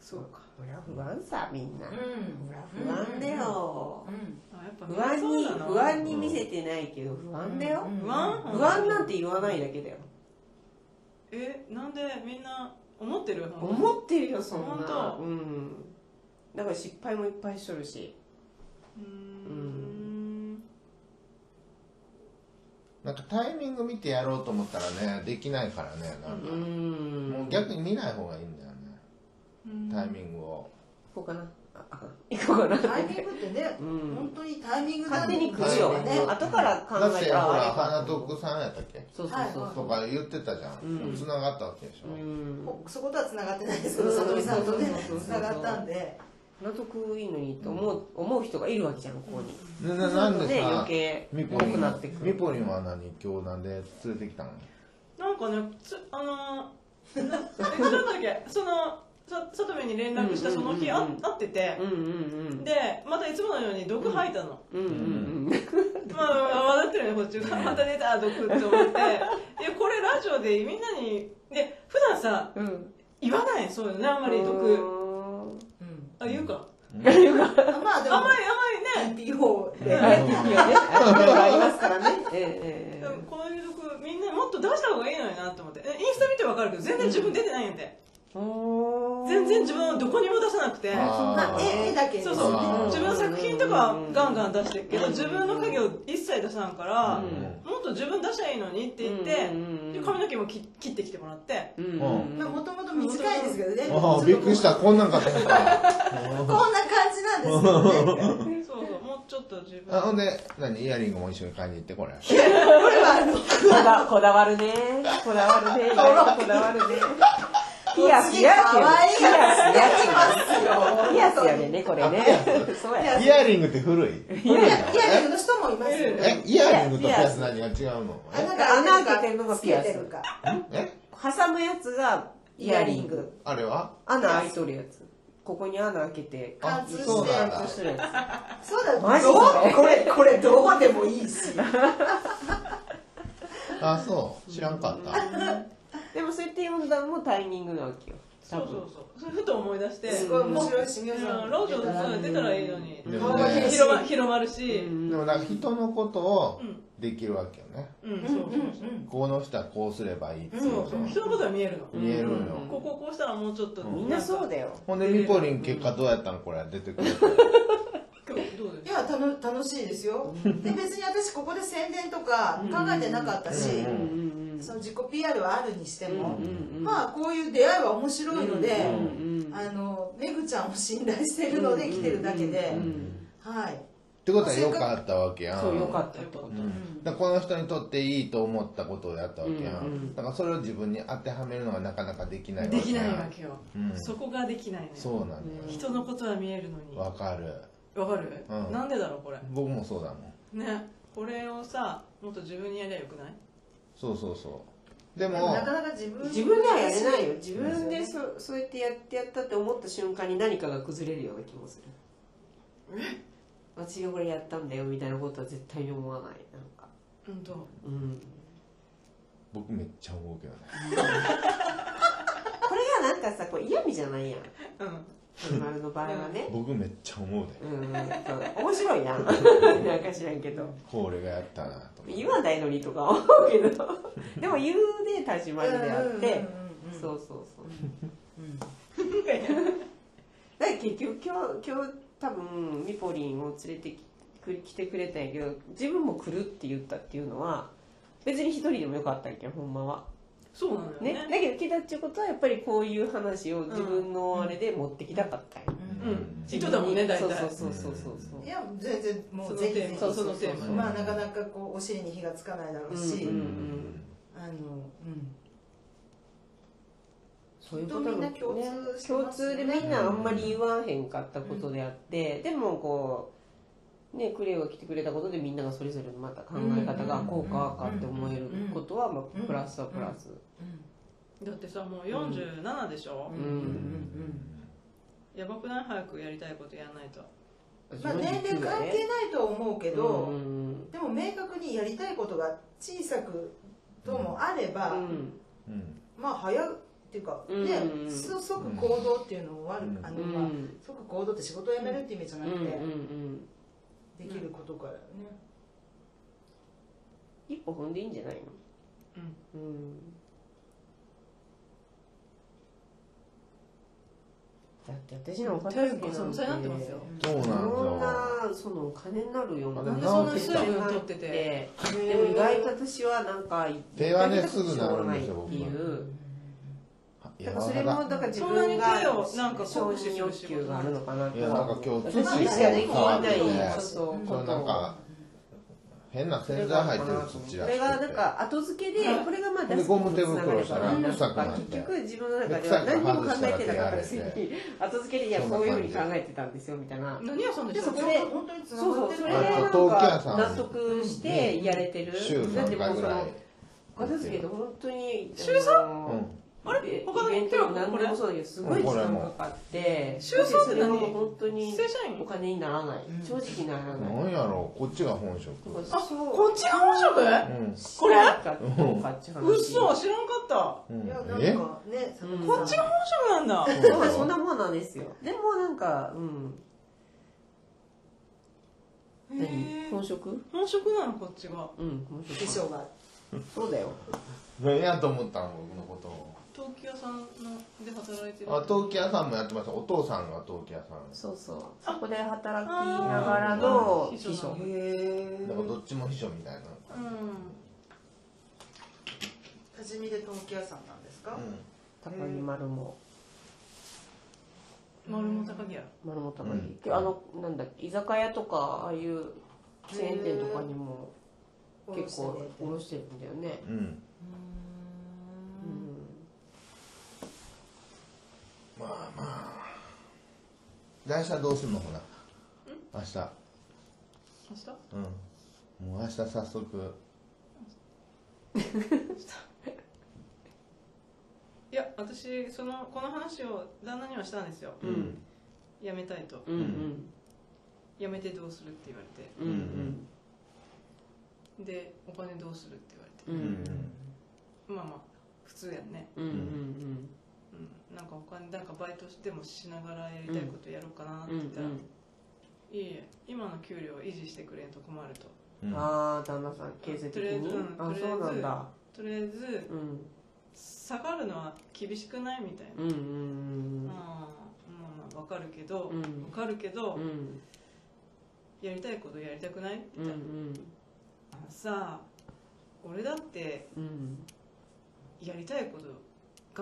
Speaker 4: そうか
Speaker 2: ほら不安さみんなほ
Speaker 5: うん
Speaker 2: ら不安だよ
Speaker 4: あやっぱ
Speaker 2: 不安
Speaker 4: そう
Speaker 2: に
Speaker 4: だな
Speaker 2: 不安に見せてないけど不安だよ
Speaker 4: 不安
Speaker 2: 不安なんて言わないだけだよ
Speaker 4: えなんでみんな思ってる
Speaker 2: 思ってるよそん
Speaker 4: 本
Speaker 2: な
Speaker 4: 当
Speaker 2: うんだから失敗もいっぱいしとるし
Speaker 4: うーん
Speaker 3: なんかタイミング見てやろうと思ったらねできないからねなん
Speaker 2: う
Speaker 3: か、
Speaker 2: ん
Speaker 3: もう逆に見ない方がいいんだよね
Speaker 4: うん
Speaker 3: タイミングを
Speaker 2: 行こうかなああ行こうかな
Speaker 5: タイミングってね、
Speaker 2: うん
Speaker 5: 本当にタイミング
Speaker 2: 勝手に
Speaker 5: く
Speaker 2: くじを
Speaker 3: タイミング
Speaker 2: 後から考
Speaker 3: だっ
Speaker 2: え
Speaker 3: て
Speaker 2: た
Speaker 3: ほら
Speaker 2: ら
Speaker 3: 花徳さんやったっけ
Speaker 2: そうそうそう
Speaker 5: はい
Speaker 3: とか言ってたじゃ
Speaker 2: うん
Speaker 3: ん繋がったわけでしょ、
Speaker 2: うん
Speaker 5: そことは繋がってないですけど、さとみさんとね
Speaker 2: そうそうそう、そう
Speaker 5: 繋がったんで、
Speaker 2: 納得いいのにと思う思う人がいるわけじゃんここに
Speaker 3: ねななんで
Speaker 2: ね
Speaker 3: さ、
Speaker 2: 余計
Speaker 3: ミポ
Speaker 2: 多
Speaker 3: リン
Speaker 2: くなってく
Speaker 3: ミ
Speaker 2: る
Speaker 3: ポリンは何今日なんで連れてきたの
Speaker 4: なんかねつあのー [laughs] えその時そのさ里部に連絡したその日、
Speaker 2: うんうんうんうん
Speaker 4: あ会ってて
Speaker 2: うん、うん
Speaker 4: でまたいつものように毒吐いたの、
Speaker 2: うんうんうんうん
Speaker 4: まあ笑ってるよねこっちがまた出た毒って [laughs] 思っていやこれラジオでみんなにで普段さ
Speaker 2: うん
Speaker 4: 言わないそういうのねあんまり毒
Speaker 5: うん
Speaker 4: あ言うか
Speaker 5: まあでも
Speaker 4: あんま、りあんまりね
Speaker 5: NPO で、
Speaker 2: いやねありますからねええ
Speaker 4: で
Speaker 2: え
Speaker 4: もこういう毒みんなもっと出した方がいいのになと思ってえインスタ見てわかるけど全然自分出てないんやって、
Speaker 2: えおー
Speaker 4: 全然自分をどこにも出さなくて
Speaker 5: まあ、絵だけです
Speaker 4: そ
Speaker 5: ね
Speaker 4: うそう
Speaker 3: あー
Speaker 4: 自分の作品とかはガンガン出してるけど自分の影を一切出さんから、
Speaker 2: うん
Speaker 4: もっと自分出したらいいのにって言って、
Speaker 2: うんうんうん
Speaker 4: で髪の毛もき切ってきてもらって
Speaker 2: うん
Speaker 5: まあ、もともと短いですけどね。
Speaker 3: ああびっくりした。こんなんかと思った
Speaker 5: こんな感じなんですけどね。
Speaker 4: そうそうもうちょっと自分
Speaker 3: あほんで何イヤリングも一緒に買いに行ってこれ
Speaker 5: これはあの、
Speaker 2: こだこだわるねこだわるねこだわるねピアス
Speaker 5: 次
Speaker 2: や
Speaker 5: 可愛い
Speaker 2: ピアスや
Speaker 5: ますよ。
Speaker 2: ピアスやでねこれねそうや
Speaker 3: イヤリングって古い古い
Speaker 5: い
Speaker 3: の
Speaker 5: や、いや、だけど人もいますよね。
Speaker 3: えイヤリングとピアス何が違うの
Speaker 5: あなん
Speaker 2: 穴
Speaker 5: か
Speaker 2: 開
Speaker 5: 穴開
Speaker 2: け
Speaker 5: け
Speaker 2: て
Speaker 5: て
Speaker 2: ん
Speaker 5: る
Speaker 2: の
Speaker 5: の
Speaker 2: が
Speaker 5: が
Speaker 2: ピ
Speaker 5: ピ
Speaker 2: ア
Speaker 5: ア
Speaker 2: ス
Speaker 5: スか。
Speaker 3: え
Speaker 2: 挟むやつがイヤリング
Speaker 3: あれは
Speaker 2: 穴開いとるやつここに穴開けて
Speaker 5: 貫通
Speaker 3: そう
Speaker 5: して
Speaker 3: なんだ
Speaker 2: 貫通してるや
Speaker 5: そうだ、
Speaker 2: マジで
Speaker 5: どうこれ、これどうでもい
Speaker 2: [laughs]
Speaker 5: いし。
Speaker 3: あそう知らんかった
Speaker 2: つでもそうやって読んだのもタイミングなわけよ
Speaker 4: そ
Speaker 2: 多
Speaker 4: うそう
Speaker 2: 分
Speaker 4: そうそれふと思い出して
Speaker 5: すごい面白いし、皆
Speaker 4: うん
Speaker 5: さん。
Speaker 4: ラジオでそう出たらいいのに、
Speaker 3: で
Speaker 5: 顔
Speaker 3: も
Speaker 5: が
Speaker 3: ね
Speaker 5: 広
Speaker 4: 広ま広まるし、う
Speaker 2: うんん
Speaker 3: でもなんか人のことをできるわけよね
Speaker 4: そう
Speaker 5: うん
Speaker 4: そううん
Speaker 5: うん。
Speaker 3: この人はこうすればいいってい
Speaker 4: そうそう人のことは見えるの、
Speaker 3: 見えるの
Speaker 2: うん
Speaker 4: こここうしたらもうちょっと、
Speaker 2: みんなそうだよ
Speaker 3: ほんでミポリン結果どうやったんこれ出てくる
Speaker 4: 今日どうで
Speaker 5: い
Speaker 4: すか
Speaker 5: や、たの楽しいですよ。で、別に私ここで宣伝とか考えてなかったし、
Speaker 3: うん
Speaker 2: うんうん
Speaker 5: その自己 PR はあるにしても、
Speaker 2: うん
Speaker 5: まあこういう出会いは面白いので、
Speaker 2: うんうん
Speaker 5: あのめぐちゃんを信頼してるので来てるだけで、はい、
Speaker 3: ってことは良かったわけやん
Speaker 2: そうよかったってこと
Speaker 3: だからこの人にとっていいと思ったことをやったわけやん、
Speaker 2: うんうん
Speaker 3: だからそれを自分に当てはめるのがなかなかできないわけ
Speaker 4: で
Speaker 3: やん
Speaker 4: きないわけよ、
Speaker 3: うん
Speaker 4: そこができないのよ
Speaker 3: そうなんだよ
Speaker 4: 人のことは見えるのにわ
Speaker 3: わかる
Speaker 4: かる、
Speaker 3: うん
Speaker 4: なんでだろうこれ
Speaker 3: 僕もそうだもん
Speaker 4: ねこれをさもっと自分にやりゃよくない
Speaker 3: そうそうそうで
Speaker 5: でも
Speaker 3: も
Speaker 5: なかなか自分
Speaker 2: 自分ではやれないよ自分でそそうやってやってやったって思った瞬間に何かが崩れるような気もする私がこれやったんだよみたいなことは絶対に思わないなんか
Speaker 4: うんと
Speaker 2: うん
Speaker 3: 僕めっちゃ思うけどね
Speaker 2: これがなんかさこう嫌味じゃないやん
Speaker 4: うん
Speaker 2: 丸の場合はね
Speaker 3: 僕めっちゃ思うで
Speaker 2: うんそう面白いななんか知らんけど
Speaker 3: これがやったなと思って
Speaker 2: 言わないのにとか思うけどでも言うで始まりであってそうそうそうだから結局今日今日多分ミポリンを連れてきく来てくれたんやけど自分も来るって言ったっていうのは別に一人でもよかったんやけどほんまは、
Speaker 4: そうなのよ
Speaker 2: ね
Speaker 4: ね
Speaker 2: だけど来たっていうことはやっぱりこういう話を自分のあれで持ってきたかったんや、
Speaker 4: うん人だもんね大
Speaker 2: そう
Speaker 4: 体
Speaker 2: そうそうそうそう
Speaker 5: いや全然も
Speaker 4: そうの
Speaker 5: ぜひ
Speaker 4: テ
Speaker 5: ぜ
Speaker 4: ー
Speaker 5: ひ
Speaker 4: マそのテーマ
Speaker 5: まあなかなかこうお尻に火がつかないだろうし、
Speaker 2: うん
Speaker 5: あのうん
Speaker 2: そういう
Speaker 5: う
Speaker 2: こ
Speaker 5: ことと
Speaker 2: な
Speaker 5: な
Speaker 2: の
Speaker 5: の
Speaker 2: ね
Speaker 5: ね
Speaker 2: 共通でみんなあんまり言わへんかったことであって、でもこうねクレイが来てくれたことでみんながそれぞれのまた考え方が
Speaker 5: うん
Speaker 2: こうかあかって思えることは、ま
Speaker 5: う
Speaker 2: あ、
Speaker 5: ん
Speaker 2: プラスはプラス、
Speaker 4: だってさもう47でしょ
Speaker 5: うん、
Speaker 2: ん
Speaker 5: うんうん
Speaker 4: やばくない早くやりたいことやんないと
Speaker 5: まあ年齢関係ないとは思うけ
Speaker 2: け
Speaker 5: ど、
Speaker 2: うんうん
Speaker 5: でも明確にやりたいことが小さくともあれば、
Speaker 2: うん
Speaker 3: うん
Speaker 5: まあ早いっていうか、
Speaker 2: うん
Speaker 5: ねす即行動っていうのもある、
Speaker 3: うん
Speaker 5: あ
Speaker 2: う
Speaker 5: の、
Speaker 2: ん
Speaker 5: まあ、即行動って仕事を辞めるって意味じゃな
Speaker 2: う
Speaker 5: くて、
Speaker 2: んうん
Speaker 5: できることからね、
Speaker 2: 一歩踏んでいいんじゃないのうん
Speaker 3: あ
Speaker 2: だって私のお片
Speaker 4: 手
Speaker 2: 付け
Speaker 4: が
Speaker 2: な
Speaker 4: そ
Speaker 2: ん
Speaker 4: う
Speaker 2: て
Speaker 4: そうなってますよ
Speaker 3: そうなん
Speaker 2: そ
Speaker 3: だ
Speaker 2: んなそのお金になるような
Speaker 3: なんで
Speaker 4: そ
Speaker 3: な
Speaker 4: んな水分取ってて
Speaker 2: でも意外と私はなんか
Speaker 3: 手はねすぐ治
Speaker 2: な
Speaker 3: るんですよ
Speaker 2: っていう
Speaker 3: 柔
Speaker 2: だ
Speaker 3: ら
Speaker 2: からそれも
Speaker 3: か
Speaker 2: だから自
Speaker 4: そんな
Speaker 2: 分
Speaker 4: に
Speaker 2: が
Speaker 4: 手をなんか
Speaker 2: 承
Speaker 4: 酷使
Speaker 2: 認
Speaker 4: する仕
Speaker 2: 欲
Speaker 4: 事
Speaker 2: 求があるのかなと
Speaker 3: いやなんか今日
Speaker 2: 私にしかできない
Speaker 3: 手を触ってね
Speaker 2: そう
Speaker 3: これなんか変な洗剤入ってる土ら
Speaker 2: これがなんか後付けでこれがまあ
Speaker 3: でゴム手袋したら
Speaker 2: 出す
Speaker 3: 臭く
Speaker 2: か
Speaker 3: なっ
Speaker 2: ら
Speaker 3: て
Speaker 2: 結局自分の中では何にも考えてなかったくせに後付けでいやこういうふうに考えてたんですよみたいな
Speaker 4: 何屋さんで
Speaker 2: で
Speaker 4: した
Speaker 2: そ
Speaker 4: っ
Speaker 2: こ
Speaker 4: け
Speaker 2: で
Speaker 5: 本当につな
Speaker 2: そう
Speaker 5: がっ
Speaker 2: そ
Speaker 5: て
Speaker 2: う
Speaker 5: る
Speaker 2: それ
Speaker 5: から
Speaker 2: でなん
Speaker 3: あと東京屋
Speaker 2: か
Speaker 3: さん
Speaker 2: 納得してやれてる
Speaker 3: 週
Speaker 2: だっても
Speaker 3: 3回
Speaker 2: う
Speaker 3: ぐ
Speaker 2: そ
Speaker 3: らい
Speaker 2: の片付けで本当に
Speaker 4: 週
Speaker 3: うん
Speaker 4: あれ他の
Speaker 2: イベント
Speaker 4: 手
Speaker 2: で
Speaker 4: は
Speaker 2: も何
Speaker 4: こ
Speaker 2: で
Speaker 4: れ
Speaker 2: もそうだけどすごい時間かかって
Speaker 4: 週三って何
Speaker 2: それがもう本当に
Speaker 4: 正社員
Speaker 2: お金にならない正直にならない
Speaker 3: なんやろうこっちが本職
Speaker 2: だから
Speaker 4: あ
Speaker 2: そう
Speaker 4: こっちが本職
Speaker 3: うん
Speaker 4: これ
Speaker 2: かどうかっていう話
Speaker 4: 嘘知らんかった
Speaker 3: うん
Speaker 5: いやなん
Speaker 3: え
Speaker 5: かね坂
Speaker 2: うん
Speaker 5: 本
Speaker 4: こっ
Speaker 5: さ
Speaker 4: ち
Speaker 5: ん
Speaker 4: が本職なんだ
Speaker 3: そう
Speaker 2: そうそん
Speaker 3: だ
Speaker 2: なもんなんですよでもなんかうん
Speaker 4: へ
Speaker 2: 何
Speaker 4: え
Speaker 2: 本職
Speaker 4: 本職なのこっちが
Speaker 2: うん本
Speaker 5: 衣
Speaker 2: 職
Speaker 5: 装が
Speaker 2: そうだよ
Speaker 3: 何やと思ったの僕のことを
Speaker 4: 陶器屋さんので働いてる
Speaker 3: あ陶器屋さんもやってましたお父さんが陶器屋さん
Speaker 2: そうそうそこで働きながらの
Speaker 4: あー
Speaker 2: 秘書
Speaker 5: へえ
Speaker 3: だからどっちも秘書みたいな
Speaker 4: うん
Speaker 5: 多治見で陶器屋さんなんですか、
Speaker 2: 高木丸も
Speaker 4: 丸も高木屋
Speaker 2: 丸も高木、
Speaker 3: うん
Speaker 2: あのなんだっけ居酒屋とかああいうチェーン店とかにも結構
Speaker 5: おろ
Speaker 2: 卸してるんだよね
Speaker 3: うんうん
Speaker 2: う
Speaker 3: まあまあ来週はどうすんのほら明日
Speaker 4: 明日
Speaker 3: うんもう明日早速
Speaker 4: いや私そのこの話を旦那にはしたんですよ
Speaker 2: ん
Speaker 4: 辞めたいと
Speaker 2: うんうん
Speaker 4: 辞めてどうするって言われて
Speaker 2: うんうん
Speaker 4: でお金どうするって言われ
Speaker 2: う
Speaker 4: て、
Speaker 2: ん
Speaker 4: まあまあ普通やんね、
Speaker 2: うんうん
Speaker 4: うん、なんかお金なんかバイトしてもしながらやりたいことやろうかなって
Speaker 2: うん
Speaker 4: 言ったら、いえいえ今の給料を維持してくれんと困ると
Speaker 3: うん
Speaker 2: ああ旦那さん経済的にあそうなんだ
Speaker 4: とりあえず
Speaker 2: うん
Speaker 4: 下がるのは厳しくないみたいな、
Speaker 2: うんうん
Speaker 4: うん、まあまあわかるけど、
Speaker 2: うん
Speaker 4: わかるけど、
Speaker 2: うんうん
Speaker 4: やりたいことやりたくないって
Speaker 2: う
Speaker 4: 言ったら、
Speaker 2: ん
Speaker 4: あのさ俺だって
Speaker 2: うん
Speaker 4: やりたいこと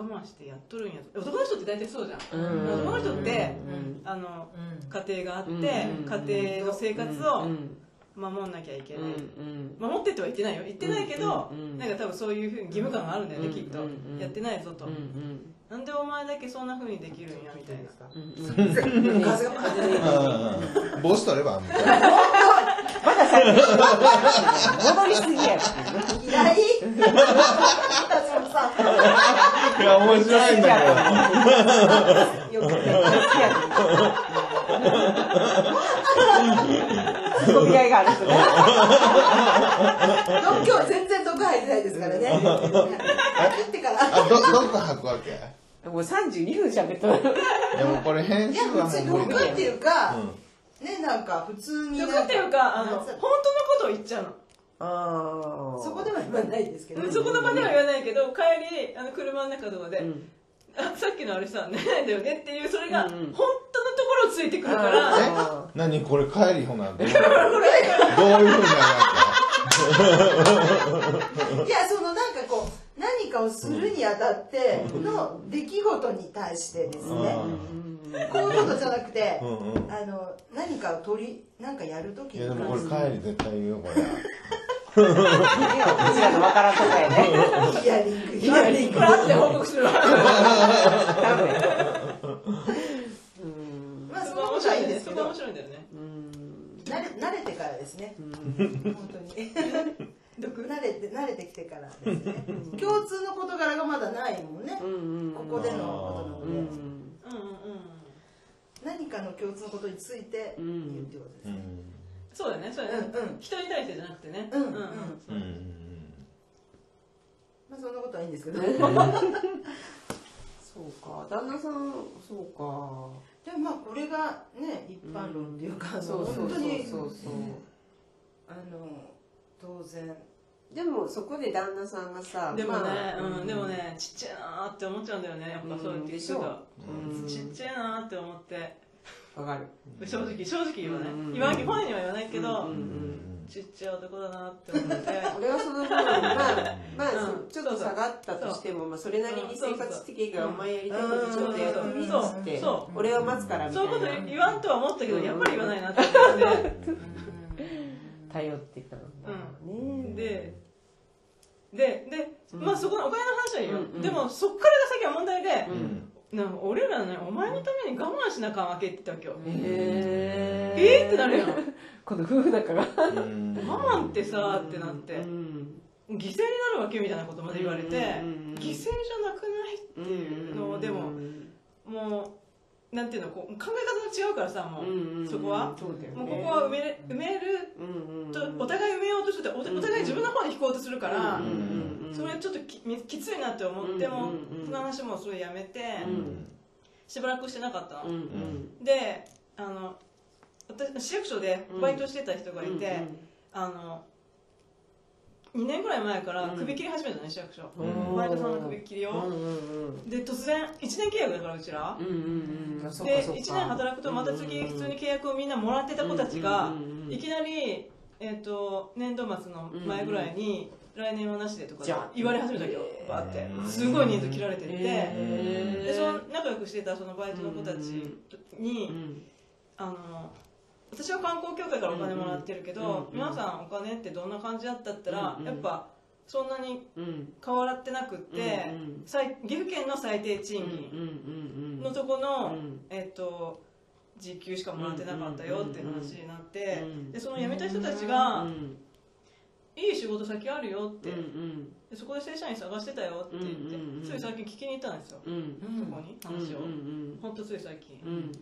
Speaker 4: 我慢してやっとるんやぞ男の人って大体そうじゃん、
Speaker 2: うん
Speaker 4: 男の人って
Speaker 2: うん
Speaker 4: あの
Speaker 5: うん
Speaker 4: 家庭があって、
Speaker 2: うん
Speaker 4: 家庭の生活
Speaker 2: う
Speaker 4: を
Speaker 2: ん
Speaker 4: 守んなきゃいけ
Speaker 2: う
Speaker 4: ない、
Speaker 2: ん
Speaker 4: 守ってとは言ってないよ言ってないけど、
Speaker 2: うんうん
Speaker 4: なんか多分そういうふうに義務感があるんだよね、
Speaker 2: うん
Speaker 4: きっと、
Speaker 2: うん
Speaker 4: やってないぞと、
Speaker 2: うんうん
Speaker 4: なんでお前だけそんなふうにできるんやみたいな
Speaker 2: うんうん
Speaker 5: 風がパーッ
Speaker 3: うん帽子取ればみたいな
Speaker 2: まだ最近戻りすぎやって
Speaker 5: と嫌い田島さん
Speaker 3: いや面白いんだ
Speaker 2: よく好きやで。ごいがある人ね。
Speaker 5: 今日は全然毒入ってないですからね入ってから
Speaker 3: けどあ [laughs] どどっか吐くわけい
Speaker 2: もう三十二分喋った。
Speaker 3: やもうこれ編
Speaker 5: い
Speaker 3: 集
Speaker 5: や
Speaker 3: は
Speaker 5: 普通に
Speaker 3: もう無理
Speaker 5: 毒
Speaker 3: だよ
Speaker 5: っていうか、
Speaker 3: うん
Speaker 5: ねなんか普通になん
Speaker 4: 欲っていうかあの
Speaker 5: なん
Speaker 4: 本
Speaker 5: つう
Speaker 4: 当
Speaker 5: の
Speaker 4: のことを言っちゃうの、
Speaker 2: ああ。
Speaker 5: そこでは言わないですけど、
Speaker 4: そこの場では言わないけど帰りあの車の中とかで、
Speaker 2: うん
Speaker 4: あさっきのあれさ何だよねっていうそれが
Speaker 2: うん
Speaker 4: 本当
Speaker 2: うん
Speaker 4: のところをついてくるから、
Speaker 2: あ
Speaker 3: え何これ帰りほ
Speaker 5: [laughs]
Speaker 3: などういうふうになるわ
Speaker 5: いやそのなんかこう何かをするにあたっての出来事に対してですね、
Speaker 3: うん
Speaker 5: こういうことじゃなくて、
Speaker 3: けうんうん
Speaker 5: あの何かを取りなんかやるとき
Speaker 3: い
Speaker 5: に
Speaker 3: やでもこれ帰り絶対言うよこれ
Speaker 2: こちらのわからんとこやね。
Speaker 5: イヤリングイヤリング
Speaker 4: これあって報告するわ
Speaker 2: 多分。うん
Speaker 5: まあそのことはいいんです
Speaker 4: そ
Speaker 5: け
Speaker 4: こ
Speaker 5: ど
Speaker 4: 面白いんだよね
Speaker 2: うん
Speaker 5: 慣れ慣れてからですね本当
Speaker 2: [laughs]
Speaker 5: に慣れて慣れてきてからですね共通の事柄がまだないもんね
Speaker 2: う、ん
Speaker 5: ここでのことなの
Speaker 2: う
Speaker 5: で、
Speaker 2: ん
Speaker 4: うんうんうん
Speaker 5: 何かの共通のことについて言うってことで
Speaker 3: う
Speaker 5: す、ね
Speaker 3: ん
Speaker 4: そうだねそうだね、
Speaker 5: うんうん
Speaker 4: 人に対してじゃなくてね
Speaker 5: うんうん
Speaker 3: うんうん
Speaker 5: まあそんなことはいいん [laughs] ですけど、
Speaker 2: そうか旦那さんそうか。
Speaker 5: でもまあこれがね一般論っていうか、あの
Speaker 2: そうそうそう
Speaker 5: 本当に
Speaker 2: そうそう。
Speaker 5: あの当然
Speaker 2: でもそこで旦那さんがさ
Speaker 4: でもね
Speaker 2: まあ、
Speaker 4: うん、でもね、ちっちゃいなーって思っちゃうんだよね、やっぱそうやって聞くと。
Speaker 2: うん
Speaker 4: ちっちゃいなーって思って、
Speaker 2: わかる
Speaker 4: 正直、正直言わない。
Speaker 2: うん
Speaker 4: 言わん本人には言わないけど、
Speaker 2: うん
Speaker 4: ちっちゃい男だなって思
Speaker 2: [laughs]
Speaker 4: って。
Speaker 2: 俺はその分まあまあ
Speaker 4: うん
Speaker 2: ちょっと下がったとしても、まあ、それなりに生活的がお前やりたいことちょっとやってみるっつって、
Speaker 4: うんそ
Speaker 2: 俺は待つからみた
Speaker 4: そう
Speaker 2: い
Speaker 4: いう
Speaker 2: な
Speaker 4: こと言わんとは思ったけど、やっぱり言わないなって思って。
Speaker 2: 頼ってたの
Speaker 4: う
Speaker 2: ね
Speaker 4: んででで、まあそこのお金の話はいいよ、
Speaker 2: うんうん
Speaker 4: でもそっからが先は問題で
Speaker 3: う、ん
Speaker 4: なんか俺らねお前のために我慢しなあかんわけって言ったわけよ、
Speaker 2: え
Speaker 4: ええーってな
Speaker 2: [laughs]
Speaker 4: るやん
Speaker 2: この夫婦仲が
Speaker 3: うん
Speaker 4: 我慢ってさってなって、
Speaker 2: うん
Speaker 4: 犠牲になるわけみたいなことまで言われ
Speaker 2: うん
Speaker 4: て、
Speaker 2: うんうん
Speaker 4: 犠牲じゃなくない
Speaker 2: うん
Speaker 4: のでももうなんていうのこう考え方が違うからさもう、
Speaker 2: うん
Speaker 4: そこは
Speaker 2: そうだよね
Speaker 4: もうここは埋めれ埋める
Speaker 2: うんうん
Speaker 4: とお互い埋めようとしてておお互い自分の方に引こうとするから、
Speaker 2: うんうんうん
Speaker 4: それちょっとききついなって思っても、
Speaker 2: うんうんうん
Speaker 4: その話もそれやめて、
Speaker 2: うん
Speaker 4: しばらくしてなかったの、
Speaker 2: うんうん
Speaker 4: であの私市役所でバイトしてた人がいて、あの2年ぐらい前から首切り始めたのね、市役所
Speaker 2: うん
Speaker 4: バイトさんの首切り
Speaker 2: うんうん
Speaker 4: を、
Speaker 2: うん
Speaker 4: で突然1年契約だからうちら
Speaker 2: うん、うんうんそっか
Speaker 4: で
Speaker 2: そっ
Speaker 4: 1
Speaker 2: か
Speaker 4: 年働くとまた次普通に契約をみんなもらってた子たちが、
Speaker 2: うんうんうん
Speaker 4: いきなり、えっと年度末の前ぐらいに、来年はなしでとか
Speaker 2: じゃあ
Speaker 4: 言われ始めたわけど
Speaker 2: えー
Speaker 4: バーってすごい人数切られてて、
Speaker 2: えー
Speaker 4: でその仲良くしてたそのバイトの子たちに、
Speaker 2: うん
Speaker 4: あの私は観光協会からお金もらってるけど、
Speaker 2: うんうん
Speaker 4: 皆さんお金ってどんな感じだったったら、
Speaker 2: うんうん
Speaker 4: やっぱそんなに
Speaker 2: うん
Speaker 4: 変わらってなくっ
Speaker 2: う
Speaker 4: て、
Speaker 2: んうん
Speaker 4: 最岐阜県の最低賃
Speaker 2: うんう
Speaker 4: 金
Speaker 2: んうん
Speaker 4: のとこの、
Speaker 2: うん
Speaker 4: えっと時給しかもらってなかったよっていう話になって、
Speaker 2: うん
Speaker 4: でその辞めた人たちが、
Speaker 2: うん
Speaker 4: いい仕事先あるよって、
Speaker 2: うんうん
Speaker 4: でそこで正社員探してたよって言って、
Speaker 2: うんうんうん
Speaker 4: つい最近聞きに行ったんですよ、
Speaker 2: うん
Speaker 4: そこに話を、
Speaker 2: うん
Speaker 4: ほんとつい最近、
Speaker 2: うんうん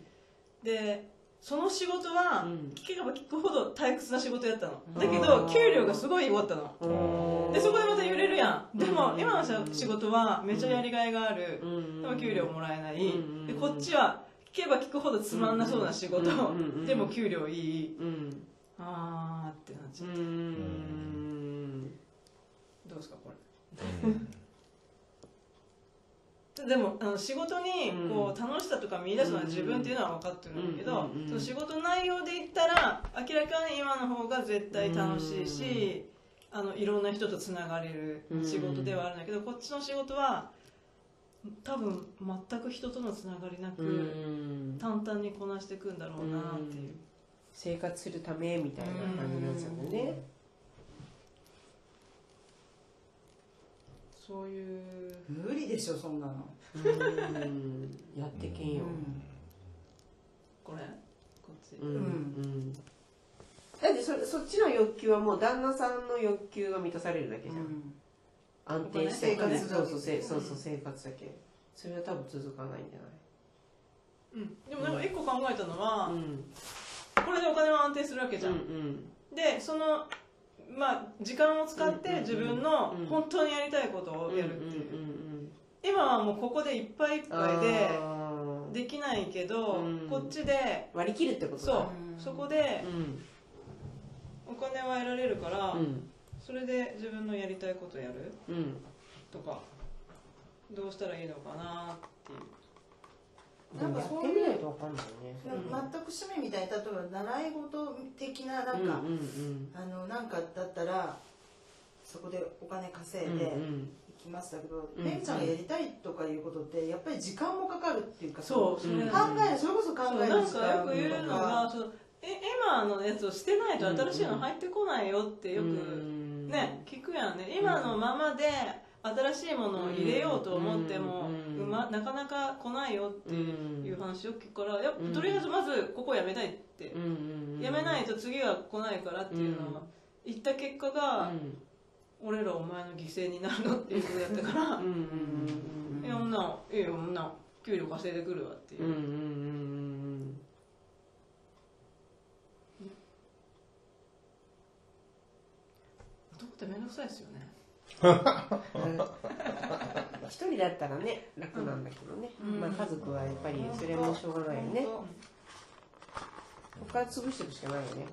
Speaker 4: でその仕事は
Speaker 2: うん
Speaker 4: 聞けば聞くほど退屈な仕事やったのだけ
Speaker 2: あ
Speaker 4: ど
Speaker 2: ー
Speaker 4: 給料がすごい良かったの
Speaker 2: うん
Speaker 4: でそこでまた揺れるやんでも
Speaker 2: うん
Speaker 4: 今のさ仕事はめっちゃやりがいがある
Speaker 2: うん
Speaker 4: でも給料もらえない
Speaker 2: うん
Speaker 4: でこっちは聞けば聞くほどつまんなそうな仕事
Speaker 2: うん
Speaker 4: でも給料いい
Speaker 2: うん
Speaker 4: あーってなっち
Speaker 2: う
Speaker 4: ゃうんどうですかこれでもあの仕事にこう楽しさとか見出すのは自分っていうのは分かってるんだけど
Speaker 2: うん
Speaker 4: その仕事内容で言ったら明らかに今の方が絶対楽しいしあのいろんな人とつながれる仕事ではあるんだけどこっちの仕事は多分全く人とのつながりな
Speaker 2: う
Speaker 4: く
Speaker 2: ん
Speaker 4: 淡々にこなしていくんだろうなっていう。
Speaker 2: 生活するためみたいな感じになっちゃうんだね
Speaker 4: そういう
Speaker 5: 無理でしょそんなの
Speaker 2: うんやってけんよ
Speaker 4: これこっち、
Speaker 2: うんうんだってそそっちの欲求はもう旦那さんの欲求が満たされるだけじゃん安定した
Speaker 5: お金生活
Speaker 2: そうそうせそうそう生活だけそれは多分続かないんじゃな
Speaker 4: うん、でもなんか一個考えたのは、
Speaker 2: いうん
Speaker 4: これでお金は安定するわけじ
Speaker 2: う
Speaker 4: ゃん、
Speaker 2: ん
Speaker 4: でそのまあ時間を使っ
Speaker 2: うんうん
Speaker 4: て
Speaker 2: うん
Speaker 4: 自分の
Speaker 2: うん
Speaker 4: 本当にやりたいこと
Speaker 2: う
Speaker 4: を
Speaker 2: ん
Speaker 4: やるっていう、
Speaker 2: うんうん
Speaker 4: 今はもうここでいっぱいいっ
Speaker 2: うん
Speaker 4: ぱいで
Speaker 2: あー
Speaker 4: できないけど、
Speaker 2: うん
Speaker 4: こっちで
Speaker 2: 割り切るってことだ
Speaker 4: そう、そこで
Speaker 2: うん
Speaker 4: お金は得られるから、
Speaker 2: うん
Speaker 4: それで自分のやりたいことやる
Speaker 2: うん
Speaker 4: とかどうしたらいいのかなっていう
Speaker 5: なんか
Speaker 2: や
Speaker 5: そ
Speaker 2: っ
Speaker 5: う
Speaker 2: て
Speaker 5: いう
Speaker 2: みないとわかんないね
Speaker 5: な全く趣味みたい例えば習い事的なな
Speaker 2: う
Speaker 5: んか、
Speaker 2: んうん
Speaker 5: あのなんかだったらそこでお金稼
Speaker 2: うん
Speaker 5: いで
Speaker 2: う
Speaker 5: い
Speaker 2: ん
Speaker 5: きましたけど、
Speaker 2: うん
Speaker 5: レンちゃんがやりたいとかいうことってやっぱり時間もかかるっていうか
Speaker 4: そうそれ、
Speaker 2: うん
Speaker 5: 考えるそれこそ考
Speaker 4: そう
Speaker 5: え
Speaker 4: な
Speaker 5: る
Speaker 4: ん
Speaker 5: 時
Speaker 4: かよ
Speaker 5: 間
Speaker 4: く言うのがそうえ今のやつを捨てないと新しいの入ってこないよってよく、
Speaker 2: うん
Speaker 4: ね聞くやんね今のままで新しいものを入れようと思っても、
Speaker 2: うん
Speaker 4: うまなかなか来ないよって
Speaker 2: う
Speaker 4: い
Speaker 2: ん
Speaker 4: う話を聞くからやっぱ
Speaker 2: うん
Speaker 4: とりあえずまずここやめたいって
Speaker 2: う、んうん
Speaker 4: やめないと次は来ないからっていうのは言った結果
Speaker 2: う
Speaker 4: が、
Speaker 2: ん
Speaker 4: 俺らお前の犠牲になるのっていうことやったから
Speaker 2: [laughs] うんうん
Speaker 4: 「え女いいよ女給料稼いでくるわ」っていう
Speaker 2: うんうんうんうんう、ん
Speaker 4: 男って面倒くさいですよね
Speaker 2: うん一人だったらね楽なんだけどね、
Speaker 5: うん
Speaker 2: まあ、家族はやっぱりそれもしょうがないよね
Speaker 5: 本
Speaker 2: 他潰していくしかないよね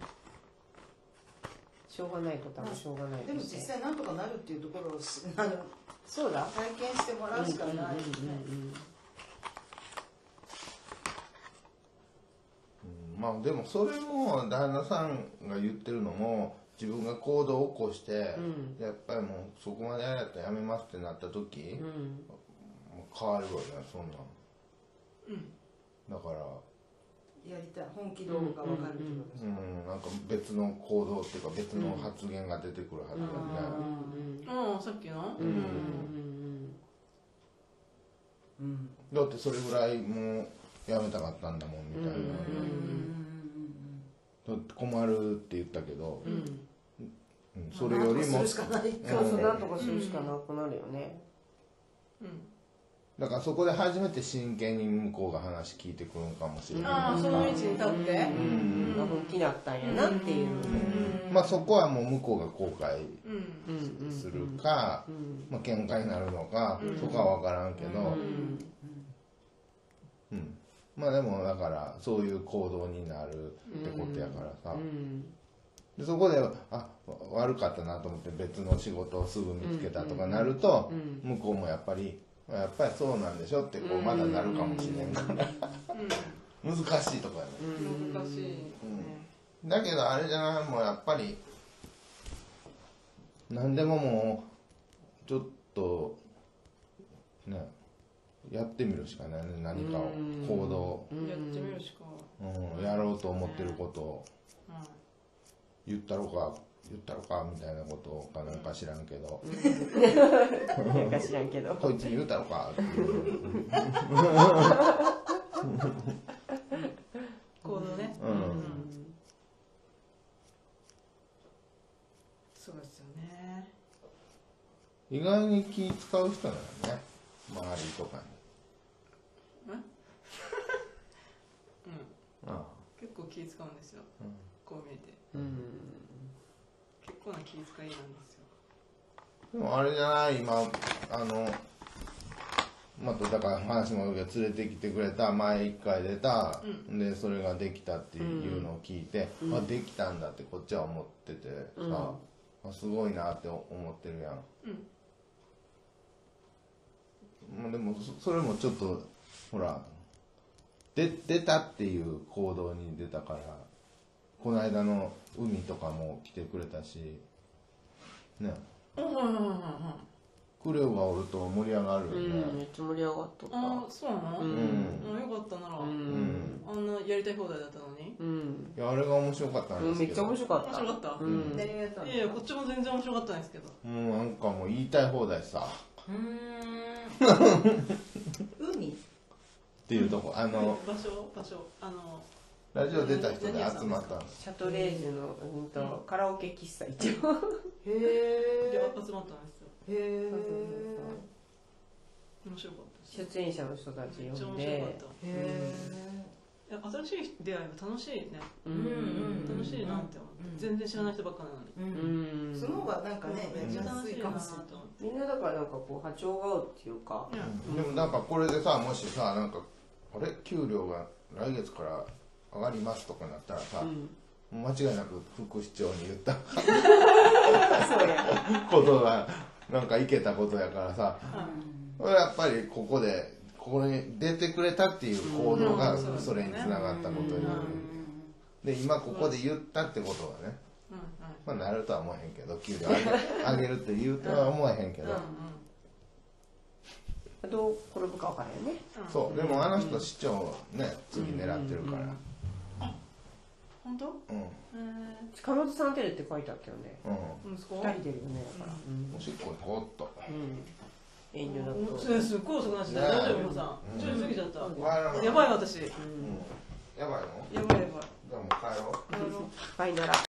Speaker 4: し
Speaker 2: しょうがないことはしょうがない
Speaker 5: でも
Speaker 2: し
Speaker 5: 実際なんとかなるっていうところをしあの
Speaker 2: そうだ
Speaker 5: 体験してもらうしかないよね
Speaker 2: うんうんうんうん
Speaker 3: うんまあでもそれも旦那さんが言ってるのも自分が行動を起こして、やっぱりもうそこまでやれたらやめますってなった時、
Speaker 2: うん
Speaker 3: もう変わるわねそんなん
Speaker 4: うん
Speaker 3: だから
Speaker 5: やりたい本気どうか分かるってことでしょ
Speaker 3: うんなんか別の行動っていうか別の発言が出てくるはずだね、
Speaker 4: うんさっきのうん、
Speaker 6: うん
Speaker 3: だってそれぐらいもうやめたかったんだもんみたいな、だって困るって言ったけど、うんそれより
Speaker 5: まあ
Speaker 3: も
Speaker 5: なんとかするしかないか
Speaker 2: そうそうなんとかするしかなくなるよね
Speaker 3: だからそこで初めて真剣に向こうが話聞いてくるのかもしれ
Speaker 4: あ
Speaker 3: な
Speaker 4: あ
Speaker 3: い
Speaker 4: その位置に立って
Speaker 2: うん本気だったんやなっていう
Speaker 3: まあそこはもう向こうが後悔
Speaker 4: うん
Speaker 3: するか、まあ喧嘩になるのか、そこは分からんけど、うんまあでもだからそういう行動になるってことやからさ、
Speaker 2: うん
Speaker 3: でそこであ悪かったなと思って別の仕事をすぐ見つけたとかなると、向こうもやっぱりやっぱりそうなんでしょってこうまだなるかもしれんから [laughs] 難しいとこやね、
Speaker 4: うん難しいね
Speaker 3: だけどあれじゃないもうやっぱり何でももうちょっとねやってみるしかないね何かを行動を、
Speaker 4: やってみるしか
Speaker 3: うん、やろうと思ってることを
Speaker 4: はい
Speaker 3: 言ったろか言ったろかみたいなことかなんか知らんけど、
Speaker 2: なんか知らんけど
Speaker 3: こいつに言うたろかっていう、
Speaker 4: 行動ね
Speaker 3: うん、
Speaker 4: そうですよね
Speaker 3: 意外に気使う人なのね周りとかに
Speaker 4: うん
Speaker 3: あ
Speaker 4: 結構気使うんですよこう見えて
Speaker 2: うん
Speaker 4: 結構な気遣いなんですよ
Speaker 3: でもあれじゃない今あのまただから話もあるけど連れてきてくれた前一回出た、でそれができたっていうのを聞いて、あできたんだってこっちは思っててさ、あすごいなって思ってるやん、まあでもそそれもちょっとほらで出たっていう行動に出たからこの間の海とかも来てくれたしねクレオがおると盛り上がるよ
Speaker 2: う
Speaker 3: ね、
Speaker 2: んめっちゃ盛り上がっとった
Speaker 4: ああそうなの、うんよかったなら、
Speaker 2: うん
Speaker 4: あんなやりたい放題だったのに
Speaker 2: うん
Speaker 3: いやあれが面白かったん
Speaker 2: う
Speaker 3: で
Speaker 2: ん
Speaker 3: す
Speaker 2: め
Speaker 3: け
Speaker 2: っちゃ
Speaker 3: ど、
Speaker 2: 面白かっ
Speaker 4: 面
Speaker 2: た
Speaker 4: 白かった、
Speaker 2: うん
Speaker 5: 何がやったの
Speaker 4: いやいやこっちも全然面白かったんですけど
Speaker 3: もうなんかもう言いたい放題さ
Speaker 5: うーん海
Speaker 3: っていうとこあの
Speaker 4: 場所場所あの
Speaker 3: ラジオ出た人で集まったんです
Speaker 2: シャトレーゼの、うんと、カラオケ喫茶一応
Speaker 5: へ
Speaker 4: で
Speaker 5: え
Speaker 4: 集まったんですよ
Speaker 5: へえ
Speaker 4: 面白かったし
Speaker 2: 出演者の人たち
Speaker 4: めっちゃ
Speaker 2: 呼ん
Speaker 4: 面白かっ
Speaker 2: で
Speaker 5: へえ
Speaker 4: たいや新しい出会いは楽しいね
Speaker 2: う
Speaker 5: うん
Speaker 2: ん
Speaker 5: うん
Speaker 4: 楽しいなって思って、
Speaker 5: うん
Speaker 4: 全然知らない人ばっかなのに、
Speaker 5: う
Speaker 2: うんん
Speaker 5: その方がなんかね
Speaker 4: め
Speaker 5: や
Speaker 4: っ
Speaker 5: り
Speaker 4: ちゃ
Speaker 5: や
Speaker 4: 楽
Speaker 5: す
Speaker 4: し
Speaker 5: い
Speaker 4: いな
Speaker 5: か
Speaker 4: と
Speaker 5: も
Speaker 4: 思
Speaker 5: しれない
Speaker 2: みんなだからなんかこう波長が合うっていうか
Speaker 4: って、
Speaker 3: でもなんかこれでさもしさなんかあれ給料が来月から上がりますとかなったらさ、間違いなく副市長に言った
Speaker 2: そうや
Speaker 3: ことがなんかいけたことやからさ、これやっぱりここでここに出てくれたっていう行動が
Speaker 4: うん
Speaker 3: それにつながったことになる、で今ここで言ったってことはね、
Speaker 4: うんうん
Speaker 3: まあ、なるとは思えへんけど給料上げ上げるって言うとは思えへんけど、
Speaker 2: どう転ぶか分からんよね
Speaker 3: そうでもあの人市長をね次狙ってるから、
Speaker 4: 本当
Speaker 3: うん
Speaker 4: え
Speaker 2: 近本さん出るって書いてあったよね
Speaker 3: う
Speaker 4: ー、息子
Speaker 2: 二人出るよねだからうん
Speaker 3: んおしっこ行こうっと
Speaker 2: うん遠慮な
Speaker 4: お
Speaker 2: く
Speaker 4: それすっごい遅くなっちゃった大丈夫皆さん10時過ぎちゃった
Speaker 3: わらわら
Speaker 4: やばい私や
Speaker 3: やばいの
Speaker 2: [laughs]
Speaker 4: ばいやばい
Speaker 3: じゃあもう帰ろう
Speaker 2: バイなら